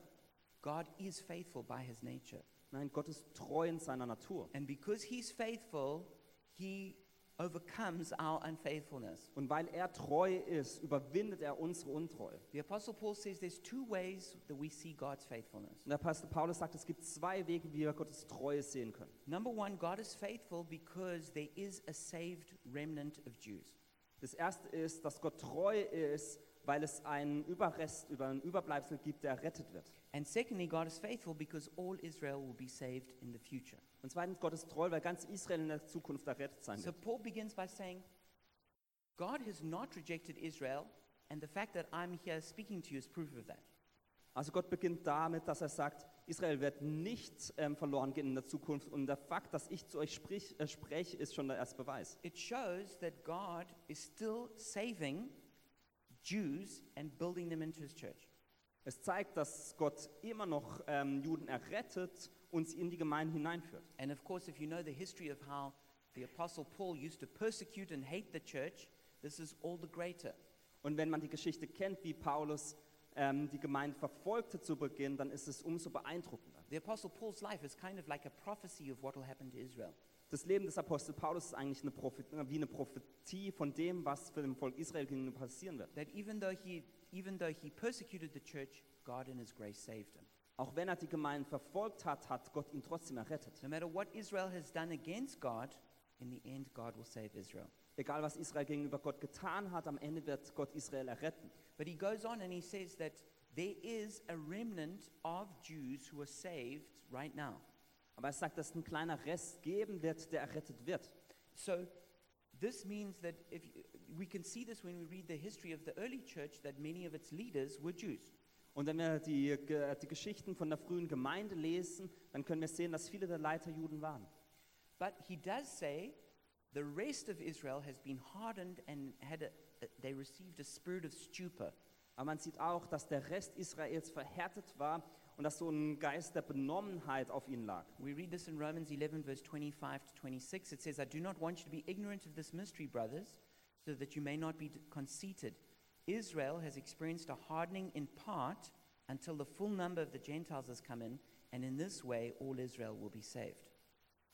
A: God is faithful by his nature.
B: Nein, Gott ist treu in seiner Natur.
A: And because he's faithful, he overcomes our unfaithfulness.
B: Und weil er treu ist, überwindet er unsere Untreue.
A: The Apostle Paul says there's two ways that we see God's faithfulness.
B: Und der Pastor Paulus sagt, es gibt zwei Wege, wie wir Gottes Treue sehen können.
A: Number one, God is faithful because there is a saved remnant of Jews.
B: Das erste ist, dass Gott treu ist, weil es einen Überrest, über einen Überbleibsel gibt, der errettet wird.
A: And secondly, God is faithful because all Israel will be saved in the future.
B: Und zweitens, Gott ist treu, weil ganz Israel in der Zukunft errettet sein
A: So
B: wird.
A: Paul begins by saying, God has not rejected Israel, and the fact that I'm here speaking to you is proof of that.
B: Also Gott beginnt damit, dass er sagt, Israel wird nicht ähm, verloren gehen in der Zukunft. Und der Fakt, dass ich zu euch sprich, äh, spreche, ist schon der erste Beweis.
A: It shows that God is still saving Jews and building them into his church.
B: Es zeigt, dass Gott immer noch ähm, Juden errettet und sie in die Gemeinde hineinführt.
A: And of course, if you know the history of how the Apostle Paul used to persecute and hate the church, this is all the greater.
B: Und wenn man die Geschichte kennt, wie Paulus ähm, die Gemeinde verfolgte zu Beginn, dann ist es umso beeindruckender.
A: The Apostle Paul's life is kind of like a prophecy of what will happen to Israel.
B: Das Leben des Apostel Paulus ist eigentlich eine Prophet wie eine Prophetie von dem, was für dem Volk Israel gegenüber passieren wird.
A: That even though he, even though he persecuted the church, God in his grace saved him.
B: Auch wenn er die Gemeinden verfolgt hat, hat Gott ihn trotzdem errettet.
A: No matter what Israel has done against God, in the end, God will save Israel.
B: Egal was Israel gegenüber Gott getan hat, am Ende wird Gott Israel erretten.
A: But he goes on and he says that there is a remnant of Jews who are saved right now.
B: Aber er sagt, dass es ein kleiner Rest geben wird, der errettet wird.
A: So this means that if you, we can see this when we read the history of the early church that many of its leaders were Jews.
B: Und wenn wir die, Ge- die Geschichten von der frühen Gemeinde lesen, dann können wir sehen, dass viele der Leiter Juden waren.
A: But he does say the rest of Israel has been hardened and had a, a- they received a spirit of stupor.
B: Aber man sieht auch, dass der Rest Israels verhärtet war und dass so ein Geist der Benommenheit auf ihnen lag.
A: We read this in Romans 11 verse 25 to 26. It says, "I do not want you to be ignorant of this mystery, brothers, so that you may not be d- conceited. Israel has experienced a hardening in part until the full number of the Gentiles has come in, and in this way all Israel will be saved."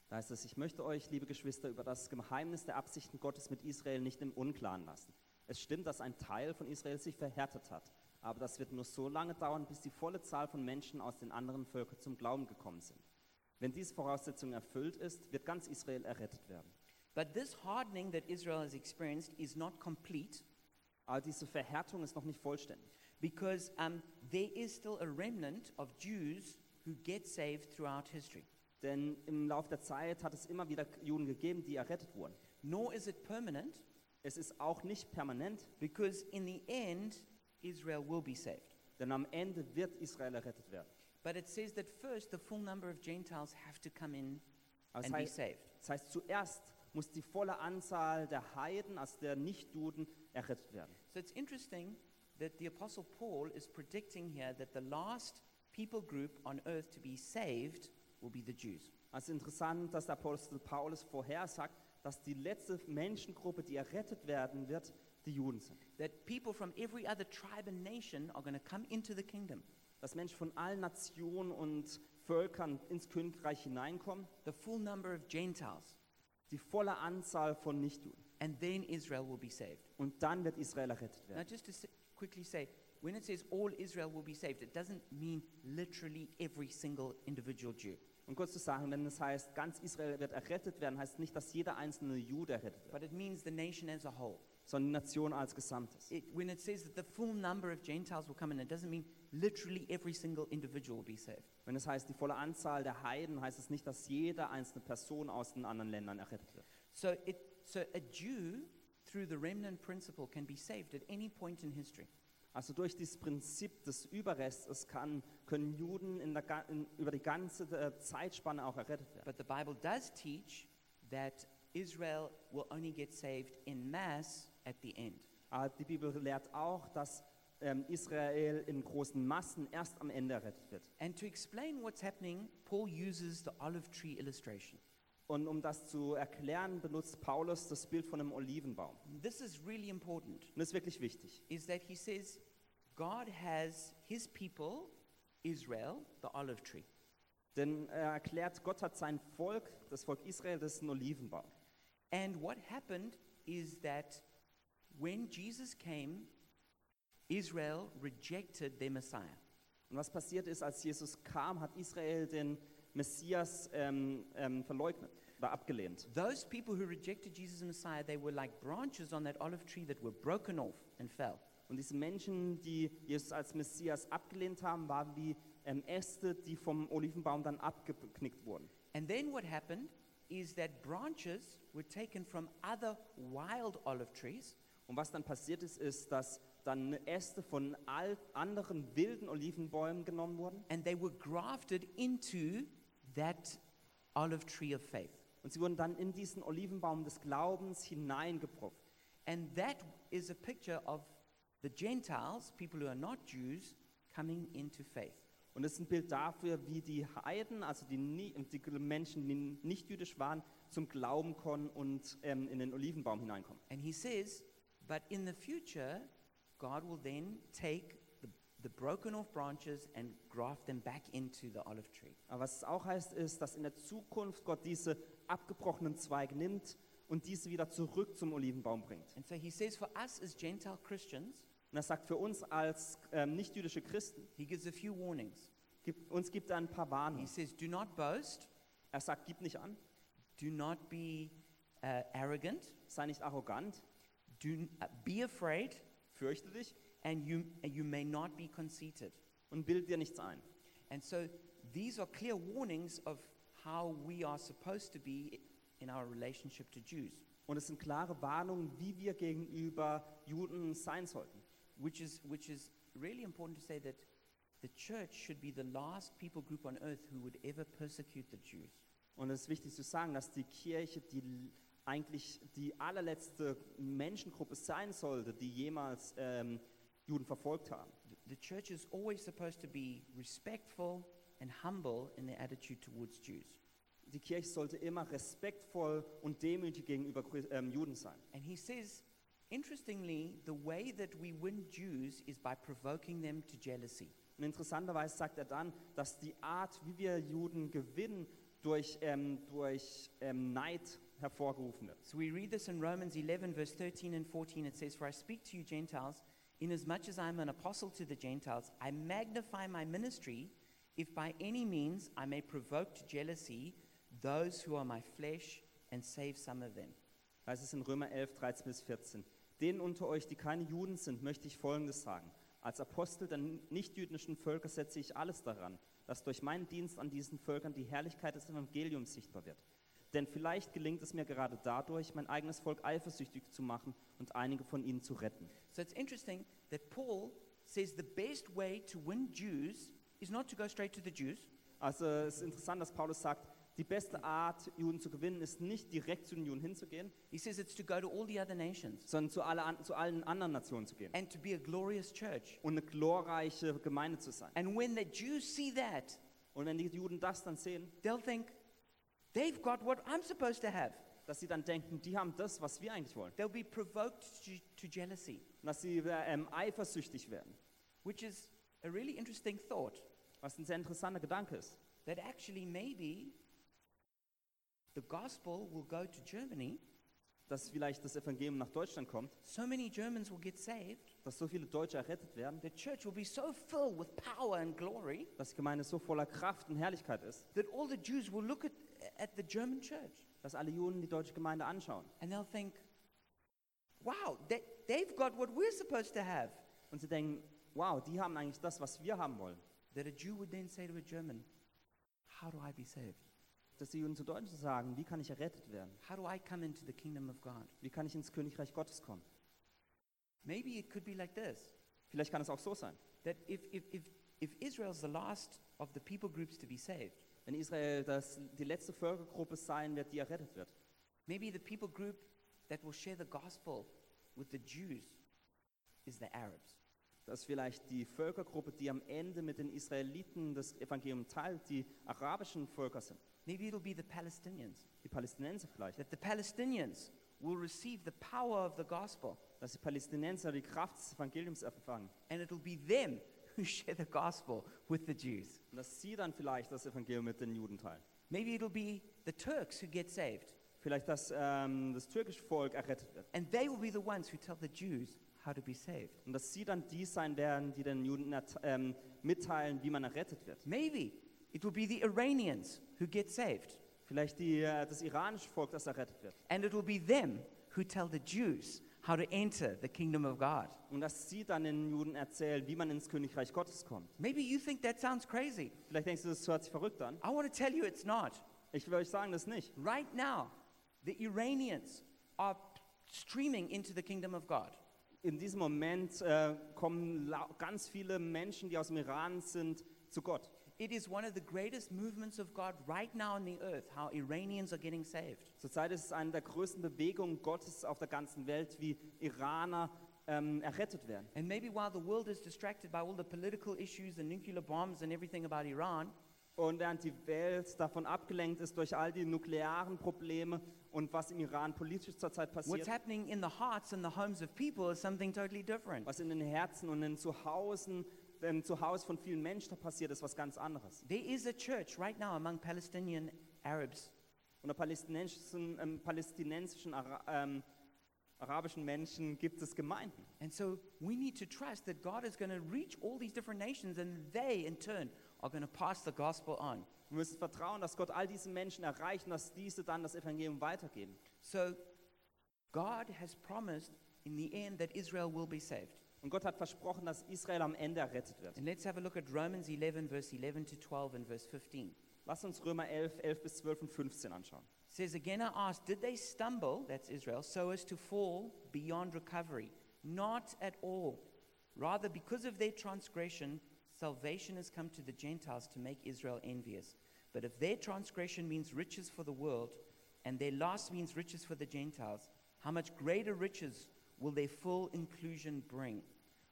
B: Da heißt es, ich möchte euch, liebe Geschwister, über das Geheimnis der Absichten Gottes mit Israel nicht im Unklaren lassen. Es stimmt, dass ein Teil von Israel sich verhärtet hat, aber das wird nur so lange dauern, bis die volle Zahl von Menschen aus den anderen Völkern zum Glauben gekommen sind. Wenn diese Voraussetzung erfüllt ist, wird ganz Israel errettet werden.
A: But this hardening that Israel has experienced is not complete
B: Aber diese Verhärtung ist noch nicht vollständig,
A: because um, there is still a remnant of Jews who get saved throughout history.
B: Denn im Laufe der Zeit hat es immer wieder Juden gegeben, die errettet wurden.
A: Nor is it permanent,
B: Es ist auch nicht permanent,
A: because in the end, Israel will be saved.
B: denn am Ende wird Israel errettet werden.
A: But it says that first the full number of Gentiles have to come in
B: Aber es
A: and be
B: heißt,
A: saved.
B: das heißt, zuerst muss die volle Anzahl der Heiden, also der Nichtjuden, errettet werden.
A: So it's interesting that the Apostle Paul is predicting here that the last people group on earth to be saved will be the Jews.
B: Also interessant, dass der Apostel Paulus vorhersagt, dass die letzte Menschengruppe, die errettet werden wird, die Juden sind.
A: That people from every other tribe and nation are going to come into the kingdom.
B: Dass Menschen von allen Nationen und Völkern ins Königreich hineinkommen,
A: the full number of Gentiles,
B: die volle Anzahl von Nichtjuden.
A: and then Israel will be saved.
B: Und dann wird Israel errettet
A: Now,
B: werden.
A: just to s- quickly say, when it says all Israel will be saved, it doesn't mean literally every single individual Jew,
B: Und kurz zu sagen, wenn es heißt, ganz Israel wird errettet werden, heißt nicht, dass jeder einzelne Jude errettet wird,
A: but it means the nation as a whole.
B: sondern die Nation als Gesamtes.
A: It, when it says that the full number of Gentiles will come in, it doesn't mean literally every single individual will be saved.
B: Wenn es heißt, die volle Anzahl der Heiden, heißt es nicht, dass jede einzelne Person aus den anderen Ländern errettet wird.
A: So, it, so a Jew, through the remnant principle, can be saved at any point in history.
B: Also durch dieses Prinzip des Überrestes kann, können Juden in der, ga- in, über die ganze äh, Zeitspanne auch errettet werden.
A: But the Bible does teach that Israel will only get saved in mass at the end.
B: Aber die Bibel lehrt auch, dass ähm, Israel in großen Massen erst am Ende errettet wird.
A: And to explain what's happening, Paul uses the olive tree illustration.
B: Und um das zu erklären, benutzt Paulus das Bild von einem Olivenbaum.
A: This is really important
B: Und das ist wirklich wichtig.
A: is that he says God has his people Israel, the olive tree.
B: Denn er erklärt, Gott hat sein Volk, das Volk Israel, das ist ein Olivenbaum.
A: And what happened is that when Jesus came, Israel rejected their Messiah.
B: Und was passiert ist, als Jesus kam, hat Israel den Messias ähm, ähm, verleugnet, war abgelehnt.
A: Those people who rejected Jesus as Messiah, they were like branches on that olive tree that were broken off and fell.
B: Und diese Menschen, die Jesus als Messias abgelehnt haben, waren wie ähm, Äste, die vom Olivenbaum dann abgeknickt wurden.
A: And then what happened is that branches were taken from other wild olive trees
B: Und was dann passiert ist, ist, dass dann Äste von all anderen wilden Olivenbäumen genommen wurden
A: and they were grafted into that olive tree of faith.
B: und sie wurden dann in diesen Olivenbaum des Glaubens hineingepropft.
A: And that is a picture of the Gentiles, people who are not Jews, coming into faith.
B: Und das ist ein Bild dafür, wie die Heiden, also die, nie- die Menschen, die nicht jüdisch waren, zum Glauben kommen und ähm, in den Olivenbaum hineinkommen.
A: And he says, but in the future, God will then take the, the broken off branches and graft them back into the olive tree.
B: Aber was es auch heißt, ist, dass in der Zukunft Gott diese abgebrochenen Zweige nimmt und diese wieder zurück zum Olivenbaum bringt.
A: And so he says, for us as Gentile Christians,
B: Und das sagt für uns als ähm, nicht-jüdische Christen,
A: he gives a few warnings.
B: gibt, uns gibt er ein paar
A: He
B: Warnungen.
A: says, do not boast,
B: Er sagt, gib nicht an,
A: do not be uh, arrogant,
B: sei nicht arrogant,
A: do, n- uh, be afraid,
B: fürchte dich
A: and you, and you may not be conceited.
B: und bilde dir nichts ein.
A: And so these are clear warnings of how we are supposed to be in our relationship to Jews,
B: Und es sind klare Warnungen, wie wir gegenüber Juden sein sollten.
A: which is, which is really important to say that the church should be the last people group on earth who would ever persecute the Jews.
B: Und es ist wichtig zu sagen, dass die Kirche die eigentlich die allerletzte Menschengruppe sein sollte, die jemals ähm, Juden verfolgt haben.
A: The, the church is always supposed to be respectful and humble in their attitude towards Jews.
B: Die Kirche sollte immer respektvoll und demütig gegenüber Christ- ähm, Juden sein.
A: And he says, interestingly, the way that we win Jews is by provoking them to jealousy.
B: Und interessanterweise sagt er dann, dass die Art, wie wir Juden gewinnen, durch, ähm, durch ähm, Neid hervorgerufen wird.
A: So we read this in Romans 11, verse 13 and 14. It says, For I speak to you, Gentiles, inasmuch as I am an apostle to the Gentiles, I magnify my ministry, if by any means I may provoke to jealousy those who are my flesh and save some of them.
B: Da ist es in Römer 11, 13 bis 14. Denen unter euch, die keine Juden sind, möchte ich Folgendes sagen. Als Apostel der nichtjüdischen Völker setze ich alles daran, dass durch meinen Dienst an diesen Völkern die Herrlichkeit des Evangeliums sichtbar wird. Denn vielleicht gelingt es mir gerade dadurch, mein eigenes Volk eifersüchtig zu machen und einige von ihnen zu retten.
A: So it's interesting that Paul says the best way to win Jews is not to go straight to the Jews,
B: Also es ist interessant, dass Paulus sagt, die beste Art, Juden zu gewinnen, ist nicht direkt zu den Juden hinzugehen,
A: he says it's to go to all the other nations
B: sondern zu, alle, an- zu allen anderen Nationen zu gehen
A: and to be a glorious church.
B: und eine glorreiche Gemeinde zu sein.
A: And when the Jews see that,
B: Und wenn die Juden das dann sehen,
A: they'll think, they've got what I'm supposed to have.
B: dass sie dann denken, die haben das, was wir eigentlich wollen.
A: They'll be provoked to, to jealousy,
B: Und dass sie äh, ähm, eifersüchtig werden.
A: which is a really interesting thought
B: Was ein sehr interessanter Gedanke ist.
A: that actually maybe the gospel will go to Germany,
B: Dass vielleicht das Evangelium nach Deutschland kommt,
A: so many Germans will get saved,
B: dass so viele Deutsche errettet werden,
A: the church will be so filled with power and glory
B: dass die Gemeinde so voller Kraft und Herrlichkeit ist,
A: that all the Jews will look at, at the German church
B: dass alle Juden die deutsche Gemeinde anschauen.
A: and they'll think, wow, they, they've got what we're supposed to have.
B: Und sie denken, wow, die haben eigentlich das, was wir haben wollen.
A: That a Jew would then say to a German, how do I be saved?
B: Dass die Juden zu Deutschen sagen, wie kann ich errettet werden?
A: How do I come into the kingdom of God?
B: Wie kann ich ins Königreich Gottes kommen?
A: Maybe it could be like this
B: Vielleicht kann es auch so sein.
A: that if, if, if, if Israel's the last of the people groups to be saved,
B: Wenn Israel das, die letzte Völkergruppe sein wird, die errettet wird.
A: Maybe the people group that will share the gospel with the Jews is the Arabs.
B: Dass vielleicht die Völkergruppe, die am Ende mit den Israeliten das Evangelium teilt, die arabischen Völker sind.
A: Maybe it'll be the Palestinians.
B: Die Palästinenser vielleicht.
A: That the Palestinians will receive the power of the gospel
B: Dass die Palästinenser die Kraft des Evangeliums erfangen.
A: and it'll be them who share the gospel with the Jews.
B: Und dass sie dann vielleicht das Evangelium mit den Juden teilen.
A: Maybe it'll be the Turks who get saved
B: Vielleicht, dass ähm, das türkische Volk errettet wird.
A: and they will be the ones who tell the Jews how to be saved.
B: Und dass sie dann die sein werden, die den Juden ert- ähm, mitteilen, wie man errettet wird.
A: Maybe it will be the Iranians who get saved
B: Vielleicht die, äh, das iranische Volk, das errettet wird.
A: and it'll be them who tell the Jews how to enter the kingdom of God.
B: Und dass sie dann den Juden erzählen, wie man ins Königreich Gottes kommt.
A: Maybe you think that sounds crazy.
B: Vielleicht denkst du, das hört sich verrückt an.
A: I want to tell you it's not.
B: Ich will euch sagen, das nicht.
A: Right now, the Iranians are streaming into the kingdom of God.
B: In diesem Moment äh, kommen lau- ganz viele Menschen, die aus dem Iran sind, zu Gott.
A: It is one of the greatest movements of God right now on the earth, how Iranians are getting saved.
B: Zurzeit ist es eine der größten Bewegungen Gottes auf der ganzen Welt, wie Iraner ähm, errettet werden.
A: And maybe while the world is distracted by all the political issues and nuclear bombs and everything about Iran,
B: Und während die Welt davon abgelenkt ist durch all die nuklearen Probleme und was im Iran politisch zurzeit
A: what's
B: passiert,
A: happening in the hearts and the homes of people is something totally different.
B: was in den Herzen und in den Zuhausen, im Zuhause von vielen Menschen da passiert, ist was ganz anderes.
A: There is a church right now among Palestinian Arabs
B: Unter palästinensischen, ähm, palästinensischen Ara ähm, arabischen Menschen gibt es Gemeinden.
A: And so we need to trust that God is going to reach all these different nations and they in turn are going to pass the gospel on.
B: Wir müssen vertrauen, dass Gott all diese Menschen erreicht und dass diese dann das Evangelium weitergeben.
A: So God has promised in the end that Israel will be saved.
B: Und Gott hat versprochen, dass Israel am Ende errettet wird.
A: And let's have a look at Romans 11, verse 11 to 12 and verse 15. It
B: Lass uns Römer 11, 11 bis 12 und 15 anschauen.
A: says, Again, I ask, did they stumble, that's Israel, so as to fall beyond recovery? Not at all. Rather, because of their transgression, salvation has come to the Gentiles to make Israel envious. But if their transgression means riches for the world, and their loss means riches for the Gentiles, how much greater riches will their full inclusion bring?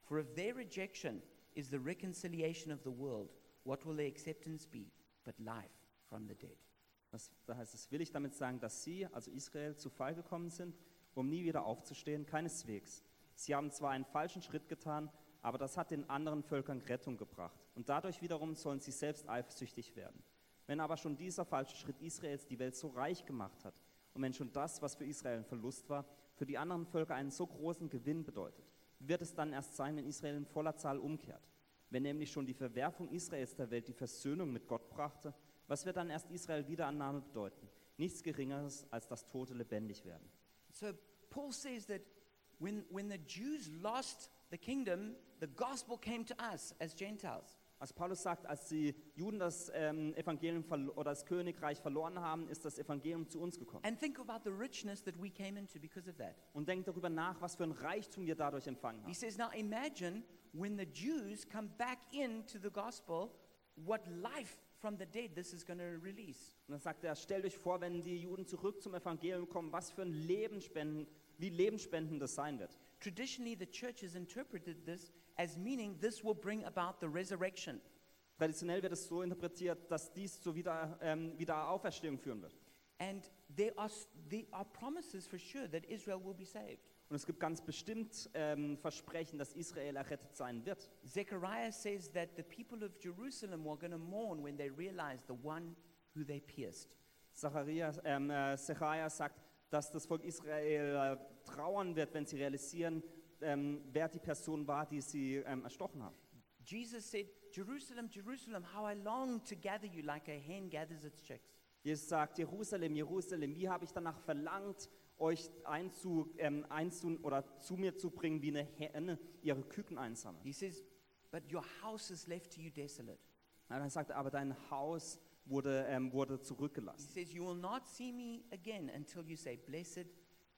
A: For if their rejection is the reconciliation of the world, what will their acceptance be but life from the dead?
B: Das, da heißt es, will ich damit sagen, dass sie, also Israel, zu Fall gekommen sind, um nie wieder aufzustehen? Keineswegs. Sie haben zwar einen falschen Schritt getan, aber das hat den anderen Völkern Rettung gebracht. Und dadurch wiederum sollen sie selbst eifersüchtig werden. Wenn aber schon dieser falsche Schritt Israels die Welt so reich gemacht hat, und wenn schon das, was für Israel ein Verlust war, für die anderen Völker einen so großen Gewinn bedeutet, wird es dann erst sein, wenn Israel in voller Zahl umkehrt. Wenn nämlich schon die Verwerfung Israels der Welt die Versöhnung mit Gott brachte, was wird dann erst Israel Wiederannahme bedeuten? Nichts Geringeres, als dass Tote lebendig werden.
A: So Paul says that when, when the Jews lost the kingdom, the gospel came to us as Gentiles.
B: Also Paulus sagt, als die Juden das ähm, Evangelium verlo- oder das Königreich verloren haben, ist das Evangelium zu uns gekommen.
A: And think about the richness that we came into because of that.
B: Und denkt darüber nach, was für ein Reichtum wir dadurch empfangen
A: He
B: haben.
A: says, now imagine when the Jews come back into the gospel, what life from the dead this is going to release.
B: Und dann sagt er, stellt euch vor, wenn die Juden zurück zum Evangelium kommen, was für ein Lebensspenden, wie lebensspendend das sein wird.
A: Traditionally, the church has interpreted this as meaning this will bring about the resurrection.
B: Traditionell wird es so interpretiert, dass dies zur Wieder, ähm, Wiederauferstehung führen wird.
A: And there are, s- there are promises for sure that Israel will be saved.
B: Und es gibt ganz bestimmt ähm, Versprechen, dass Israel errettet sein wird.
A: Zechariah says that the people of Jerusalem were going to mourn when they realized the one who they pierced.
B: Zacharias, ähm, äh, Zechariah sagt, dass das Volk Israel äh, trauern wird, wenn sie realisieren, ähm, wer die Person war, die sie ähm, erstochen haben.
A: Jesus said, Jerusalem, Jerusalem, how I long to gather you like a hen gathers its chicks.
B: Jesus sagt, Jerusalem, Jerusalem, wie habe ich danach verlangt, euch einzu, ähm, einzu, oder zu mir zu bringen, wie eine Henne ihre Küken einsammelt.
A: He says, But your house is left to you desolate.
B: Aber dann sagt er, aber dein Haus wurde, ähm, wurde
A: He
B: zurückgelassen.
A: says, You will not see me again until you say, Blessed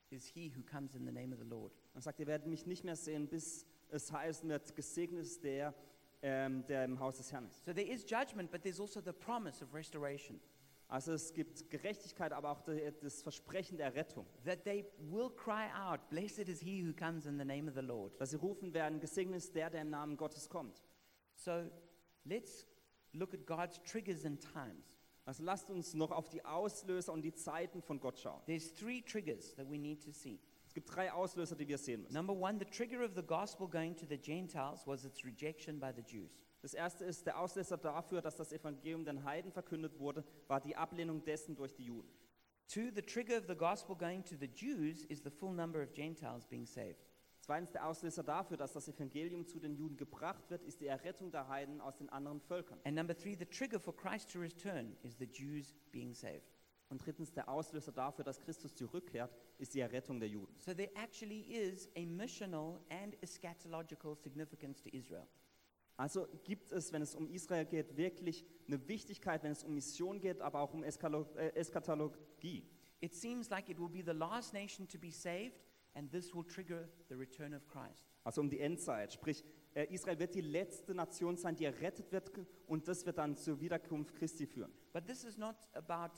A: is he who comes in the name of the Lord.
B: Dann sagt, ihr werdet mich nicht mehr sehen, bis es heißen wird, gesegnet ist der, ähm, der im Haus des Herrn ist.
A: So there is judgment, but there's also the promise of restoration
B: Also es gibt Gerechtigkeit, aber auch de- das Versprechen der Rettung.
A: that they will cry out, Blessed is he who comes in the name of the Lord.
B: Dass sie rufen werden, gesegnet ist der, der im Namen Gottes kommt.
A: So let's look at God's triggers and times.
B: Also lasst uns noch auf die Auslöser und die Zeiten von Gott schauen.
A: There's three triggers that we need to see.
B: Es gibt drei Auslöser, die wir sehen müssen.
A: Number one, the trigger of the gospel going to the Gentiles was its rejection by the Jews.
B: Das erste ist der Auslöser dafür, dass das Evangelium den Heiden verkündet wurde, war die Ablehnung dessen durch die Juden.
A: Two, the trigger of the gospel going to the Jews is the full number of Gentiles being saved.
B: Zweitens der Auslöser dafür, dass das Evangelium zu den Juden gebracht wird, ist die Errettung der Heiden aus den anderen Völkern.
A: And number three, the trigger for Christ to return is the Jews being saved.
B: Und drittens der Auslöser dafür, dass Christus zurückkehrt, ist die Errettung der Juden.
A: So there actually is a missional and eschatological significance to Israel.
B: Also gibt es, wenn es um Israel geht, wirklich eine Wichtigkeit, wenn es um Mission geht, aber auch um Eskalo äh, Eskatologie.
A: It seems like it will be the last nation to be saved, and this will trigger the return of Christ.
B: Also um die Endzeit. Sprich, äh, Israel wird die letzte Nation sein, die errettet wird und das wird dann zur Wiederkunft Christi führen.
A: But this is not about,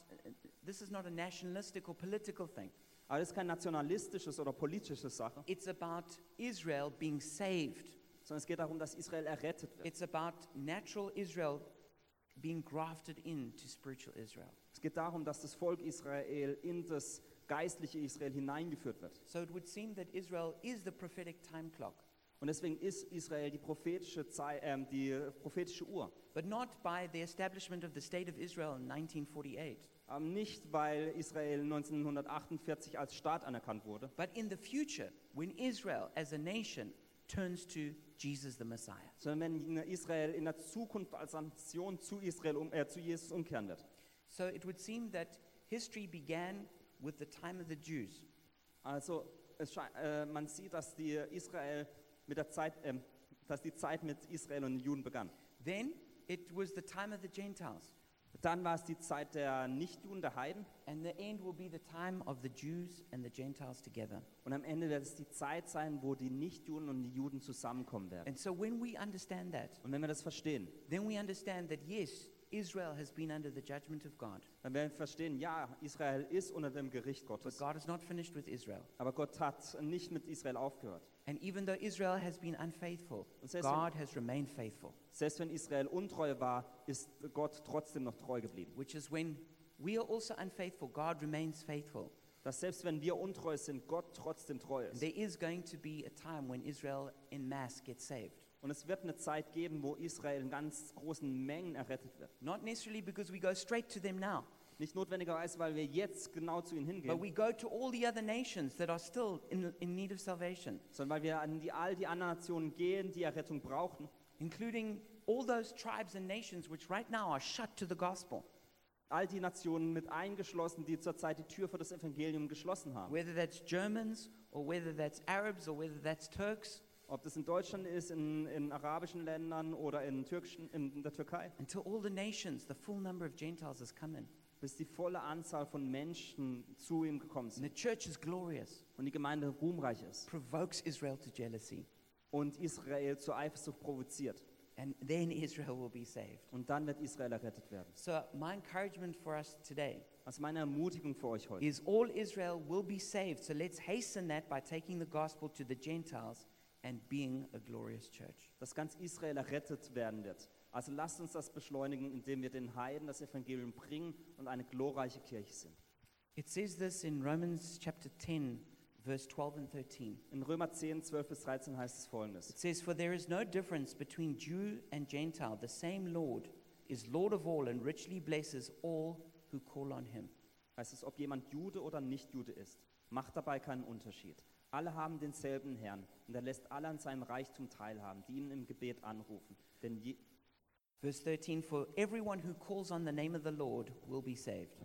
A: this is not a nationalistic or political thing.
B: Aber das ist kein nationalistisches oder politisches Sache,
A: It's about Israel being saved.
B: sondern es geht darum, dass Israel errettet wird.
A: It's about natural Israel being grafted into spiritual Israel.
B: Es geht darum, dass das Volk Israel in das geistliche Israel hineingeführt wird.
A: So it would seem that Israel is the prophetic time clock,
B: Und deswegen ist Israel die prophetische, Zei ähm, die prophetische Uhr.
A: but not by the establishment of the state of Israel in 1948,
B: Aber Ähm, nicht, weil Israel 1948 als Staat anerkannt wurde,
A: but in the future when Israel as a nation turns to Jesus the Messiah.
B: sondern wenn Israel in der Zukunft als Nation zu, Israel um, äh, zu Jesus umkehren wird.
A: So it would seem that history began with the time of the Jews.
B: Also es schei- äh, man sieht, dass die, Israel mit der Zeit, ähm, dass die Zeit mit Israel und den Juden begann.
A: Then it was the time of the Gentiles,
B: Dann war es die Zeit der Nichtjuden, der Heiden.
A: and the end will be the time of the Jews and the Gentiles together.
B: Und am Ende wird es die Zeit sein, wo die Nichtjuden und die Juden zusammenkommen werden.
A: And so when we understand that,
B: Und wenn wir das verstehen,
A: then we understand that yes, Israel has been under the judgment of God,
B: dann werden wir verstehen, ja, Israel ist unter dem Gericht
A: but
B: Gottes.
A: God is not finished with Israel.
B: Aber Gott hat nicht mit Israel aufgehört.
A: And even though Israel has been unfaithful,
B: Und selbst
A: God has remained faithful,
B: Selbst wenn Israel untreu war, ist Gott trotzdem noch treu geblieben.
A: which is when we are also unfaithful, God remains faithful.
B: Dass selbst wenn wir untreu sind, Gott trotzdem treu
A: And
B: ist.
A: there is going to be a time when Israel in mass gets saved.
B: Und es wird eine Zeit geben, wo Israel in ganz großen Mengen errettet wird.
A: Not necessarily because we go straight to them now,
B: Nicht notwendigerweise, weil wir jetzt genau zu ihnen
A: but
B: hingehen,
A: we go to all the other nations that are still in, in need of salvation,
B: sondern weil wir an die, all die anderen Nationen gehen, die Errettung brauchen.
A: including all those tribes and nations which right now are shut to the gospel.
B: All die Nationen mit eingeschlossen, die zurzeit die Tür für das Evangelium geschlossen haben.
A: whether that's Germans or whether that's Arabs or whether that's Turks,
B: Ob das in Deutschland ist, in, in arabischen Ländern oder in, türkischen, in der Türkei.
A: until all the nations, the full number of Gentiles, has come in.
B: Bis die volle Anzahl von Menschen zu ihm gekommen
A: And
B: sind.
A: the church is glorious,
B: Und die Gemeinde ruhmreich ist.
A: provokes Israel to jealousy,
B: Und Israel zur Eifersucht provoziert.
A: and then Israel will be saved.
B: Und dann wird Israel errettet werden.
A: So, my encouragement for us today
B: Also meine Ermutigung für euch heute.
A: is all Israel will be saved. So, let's hasten that by taking the gospel to the Gentiles and being a glorious church.
B: dass ganz Israel errettet werden wird. Also lasst uns das beschleunigen, indem wir den Heiden das Evangelium bringen und eine glorreiche Kirche sind.
A: It says this in Romans chapter 10, verse 12 and 13.
B: In Römer 10, 12 bis 13 heißt es folgendes.
A: It says, For there is no difference between Jew and Gentile. The same Lord is Lord of all and richly blesses all who call on him.
B: Heißt es, ob jemand Jude oder nicht Jude ist, macht dabei keinen Unterschied. Alle haben denselben Herrn und er lässt alle an seinem Reichtum teilhaben, die ihn im Gebet anrufen. Denn je,
A: Verse 13 For everyone who calls on the name of the Lord will be saved.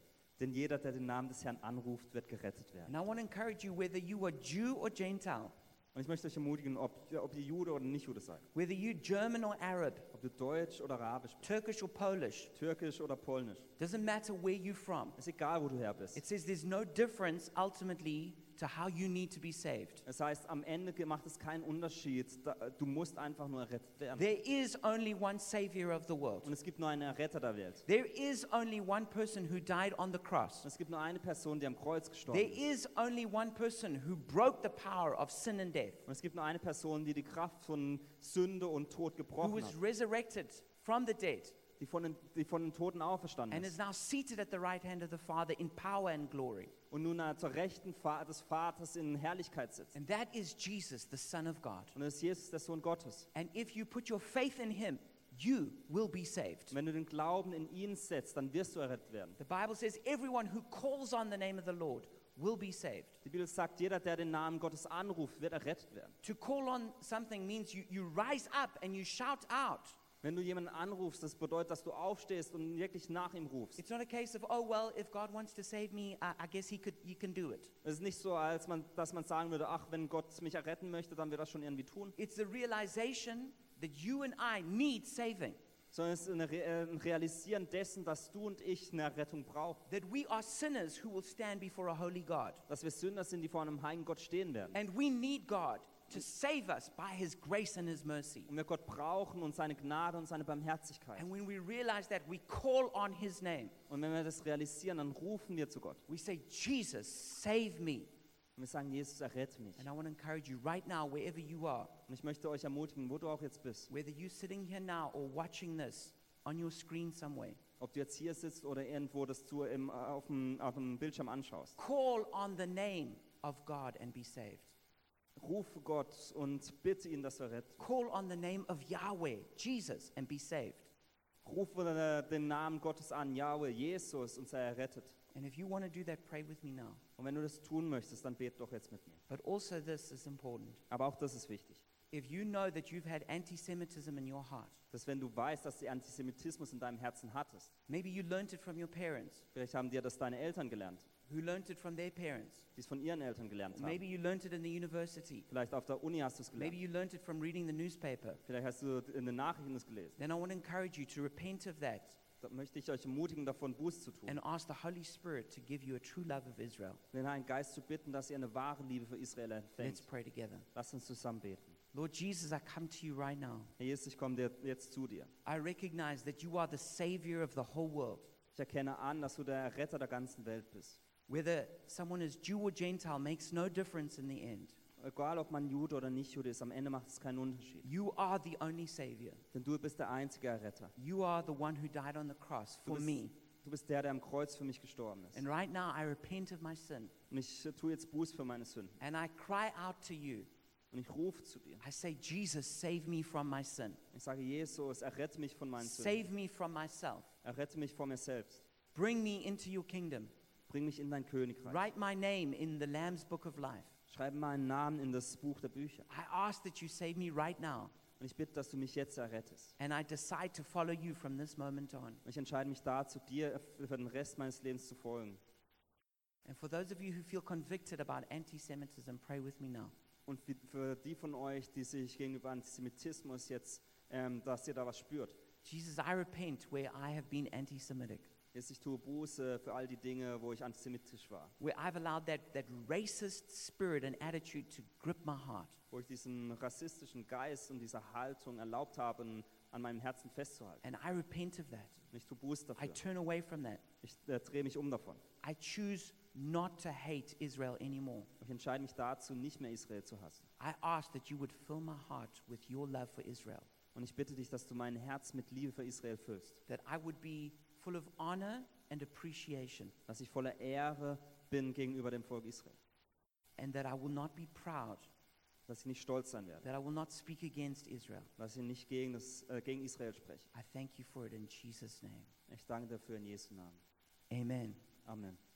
B: denn jeder, der den Namen des Herrn anruft, wird gerettet werden.
A: And I want to encourage you whether you are Jew or Gentile,
B: Und ich möchte euch ermutigen, ob, ob ihr Jude oder nicht Jude seid,
A: whether you German or Arab,
B: ob du Deutsch oder Arabisch bist,
A: Turkish or Polish,
B: Türkisch oder Polnisch.
A: doesn't matter where you're from.
B: Ist egal, wo du her bist.
A: It says there's no difference ultimately to how you need to be saved.
B: Das heißt, am Ende ge- macht es keinen Unterschied. Da- Du musst einfach nur errettet werden.
A: There is only one Savior of the world.
B: Und es gibt nur einen Erretter der Welt.
A: There is only one person who died on the cross.
B: Und es gibt nur eine Person, die am Kreuz gestorben
A: There
B: ist.
A: is only one person who broke the power of sin and death,
B: Und es gibt nur eine Person, die die Kraft von Sünde und Tod
A: who
B: gebrochen
A: was
B: hat,
A: resurrected from the dead,
B: die von den, die von den Toten auferstanden
A: and
B: ist
A: is now seated at the right hand of the Father in power and glory.
B: und nun äh, zur rechten Fa- des Vaters in Herrlichkeit sitzt.
A: And that is Jesus, the Son of God.
B: Und das ist Jesus, der Sohn Gottes.
A: And if you put your faith in him, you will be
B: Und
A: saved.
B: wenn du den Glauben in ihn setzt, dann wirst du errettet werden.
A: The Bible says everyone who calls on the name of the Lord will be saved.
B: Die Bibel sagt, jeder, der den Namen Gottes anruft, wird errettet werden.
A: To call on something means you, you rise up and you shout out.
B: Wenn du jemanden anrufst, das bedeutet, dass du aufstehst und wirklich nach ihm rufst.
A: It's not a case of, oh, well, if God wants to save me, I, I guess he, could, he can do it.
B: Es ist nicht so, als man, dass man sagen würde, ach, wenn Gott mich erretten möchte, dann wird er schon irgendwie tun,
A: It's the realization that you and I need saving,
B: sondern es ist eine Re äh, ein Realisieren dessen, dass du und ich eine Rettung brauchen,
A: that we are sinners who will stand before a holy God.
B: dass wir Sünder sind, die vor einem heiligen Gott stehen werden.
A: And we need God to save us by his grace and his mercy.
B: Und wir Gott brauchen und seine Gnade und seine Barmherzigkeit.
A: And when we realize that, we call on his name.
B: Und wenn wir das realisieren, dann rufen wir zu Gott.
A: We say, Jesus, save me.
B: Und wir sagen, Jesus, errette mich.
A: And I want to encourage you right now, wherever you are,
B: Und ich möchte euch ermutigen, wo du auch jetzt bist,
A: whether you're sitting here now or watching this on your screen somewhere,
B: ob du jetzt hier sitzt oder irgendwo das du im, äh, auf, dem, auf dem Bildschirm anschaust.
A: call on the name of God and be saved.
B: Rufe Gott und bitte ihn, dass du errettet
A: Call on the name of Yahweh, Jesus, and be saved.
B: Rufe äh, den Namen Gottes an, Jahwe, Jesus, und sei errettet.
A: And if you want to do that, pray with me now.
B: Und wenn du das tun möchtest, dann bet doch jetzt mit mir.
A: But also, this is important.
B: Aber auch das ist wichtig,
A: If you know that you've had anti Semitism in your heart,
B: dass wenn du weißt, dass du Antisemitismus in deinem Herzen hattest,
A: maybe you learnt it from your parents,
B: vielleicht haben dir das deine Eltern gelernt,
A: who learnt it from their parents,
B: die es von ihren Eltern gelernt
A: or
B: haben.
A: maybe you learnt it in the university,
B: Vielleicht auf der Uni hast du es gelernt.
A: maybe you learnt it from reading the newspaper,
B: Vielleicht hast du in den Nachrichten es gelesen.
A: then I want to encourage you to repent of that
B: Da möchte ich euch ermutigen, davon Buß zu tun.
A: and ask the Holy Spirit to give you a true love of Israel.
B: Den Heiligen Geist zu bitten, dass ihr eine wahre Liebe für Israel
A: Let's
B: empfängt.
A: pray together.
B: Lasst uns zusammen beten.
A: Lord Jesus, I come to you right now.
B: Herr Jesus, ich komme dir jetzt zu dir.
A: I recognize that you are the Savior of the whole world.
B: Ich erkenne an, dass du der Retter der ganzen Welt bist.
A: Whether someone is Jew or Gentile makes no difference in the end.
B: Egal, ob man Jude oder nicht Jude ist, am Ende macht es keinen Unterschied.
A: You are the only Savior.
B: Denn du bist der einzige Erretter.
A: You are the one who died on the cross
B: Du
A: for
B: bist,
A: me.
B: du bist der, der am Kreuz für mich gestorben ist.
A: And right now I repent of my sin
B: Und ich äh, tue jetzt Buß für meine Sünden.
A: and I cry out to you.
B: Und ich rufe zu dir.
A: I say, Jesus, save me from my sin.
B: Ich sage, Jesus, errette mich von meinen Sünden.
A: Save me from myself.
B: Errette mich vor mir selbst.
A: Bring me into your kingdom.
B: Bring mich in dein Königreich.
A: Write my name in the Lamb's book of life.
B: Schreibe meinen Namen in das Buch der Bücher.
A: I ask that you save me right now.
B: Und ich bitte, dass du mich jetzt errettest.
A: And I decide to follow you from this moment on.
B: Und ich entscheide mich dazu, dir für den Rest meines Lebens zu folgen.
A: And for those of you who feel convicted about anti Semitism, pray with me now.
B: Und für- für die von euch, die sich gegenüber Antisemitismus jetzt, ähm, dass ihr da was spürt.
A: Jesus, I repent where I have been anti Semitic,
B: Jesus, ich tue Buße für all die Dinge, wo ich antisemitisch war.
A: where I've allowed that, that racist spirit and attitude to grip my heart.
B: Wo ich diesen rassistischen Geist und diese Haltung erlaubt habe, an- an meinem Herzen festzuhalten.
A: And I repent of that.
B: Und ich tue Buße
A: I
B: dafür.
A: turn away from that.
B: Ich äh, drehe mich um davon.
A: I choose not to hate Israel anymore.
B: Ich entscheide mich dazu, nicht mehr Israel zu hassen.
A: I ask that you would fill my heart with your love for Israel,
B: Und ich bitte dich, dass du mein Herz mit Liebe für Israel füllst.
A: that I would be full of honor and appreciation,
B: Dass ich voller Ehre bin gegenüber dem Volk Israel.
A: and that I will not be proud,
B: Dass ich nicht stolz sein werde.
A: that I will not speak against Israel.
B: Dass ich nicht gegen, das, äh, gegen Israel spreche.
A: I thank you for it in Jesus' name.
B: Ich danke dafür in Jesu Namen.
A: Amen.
B: Amen.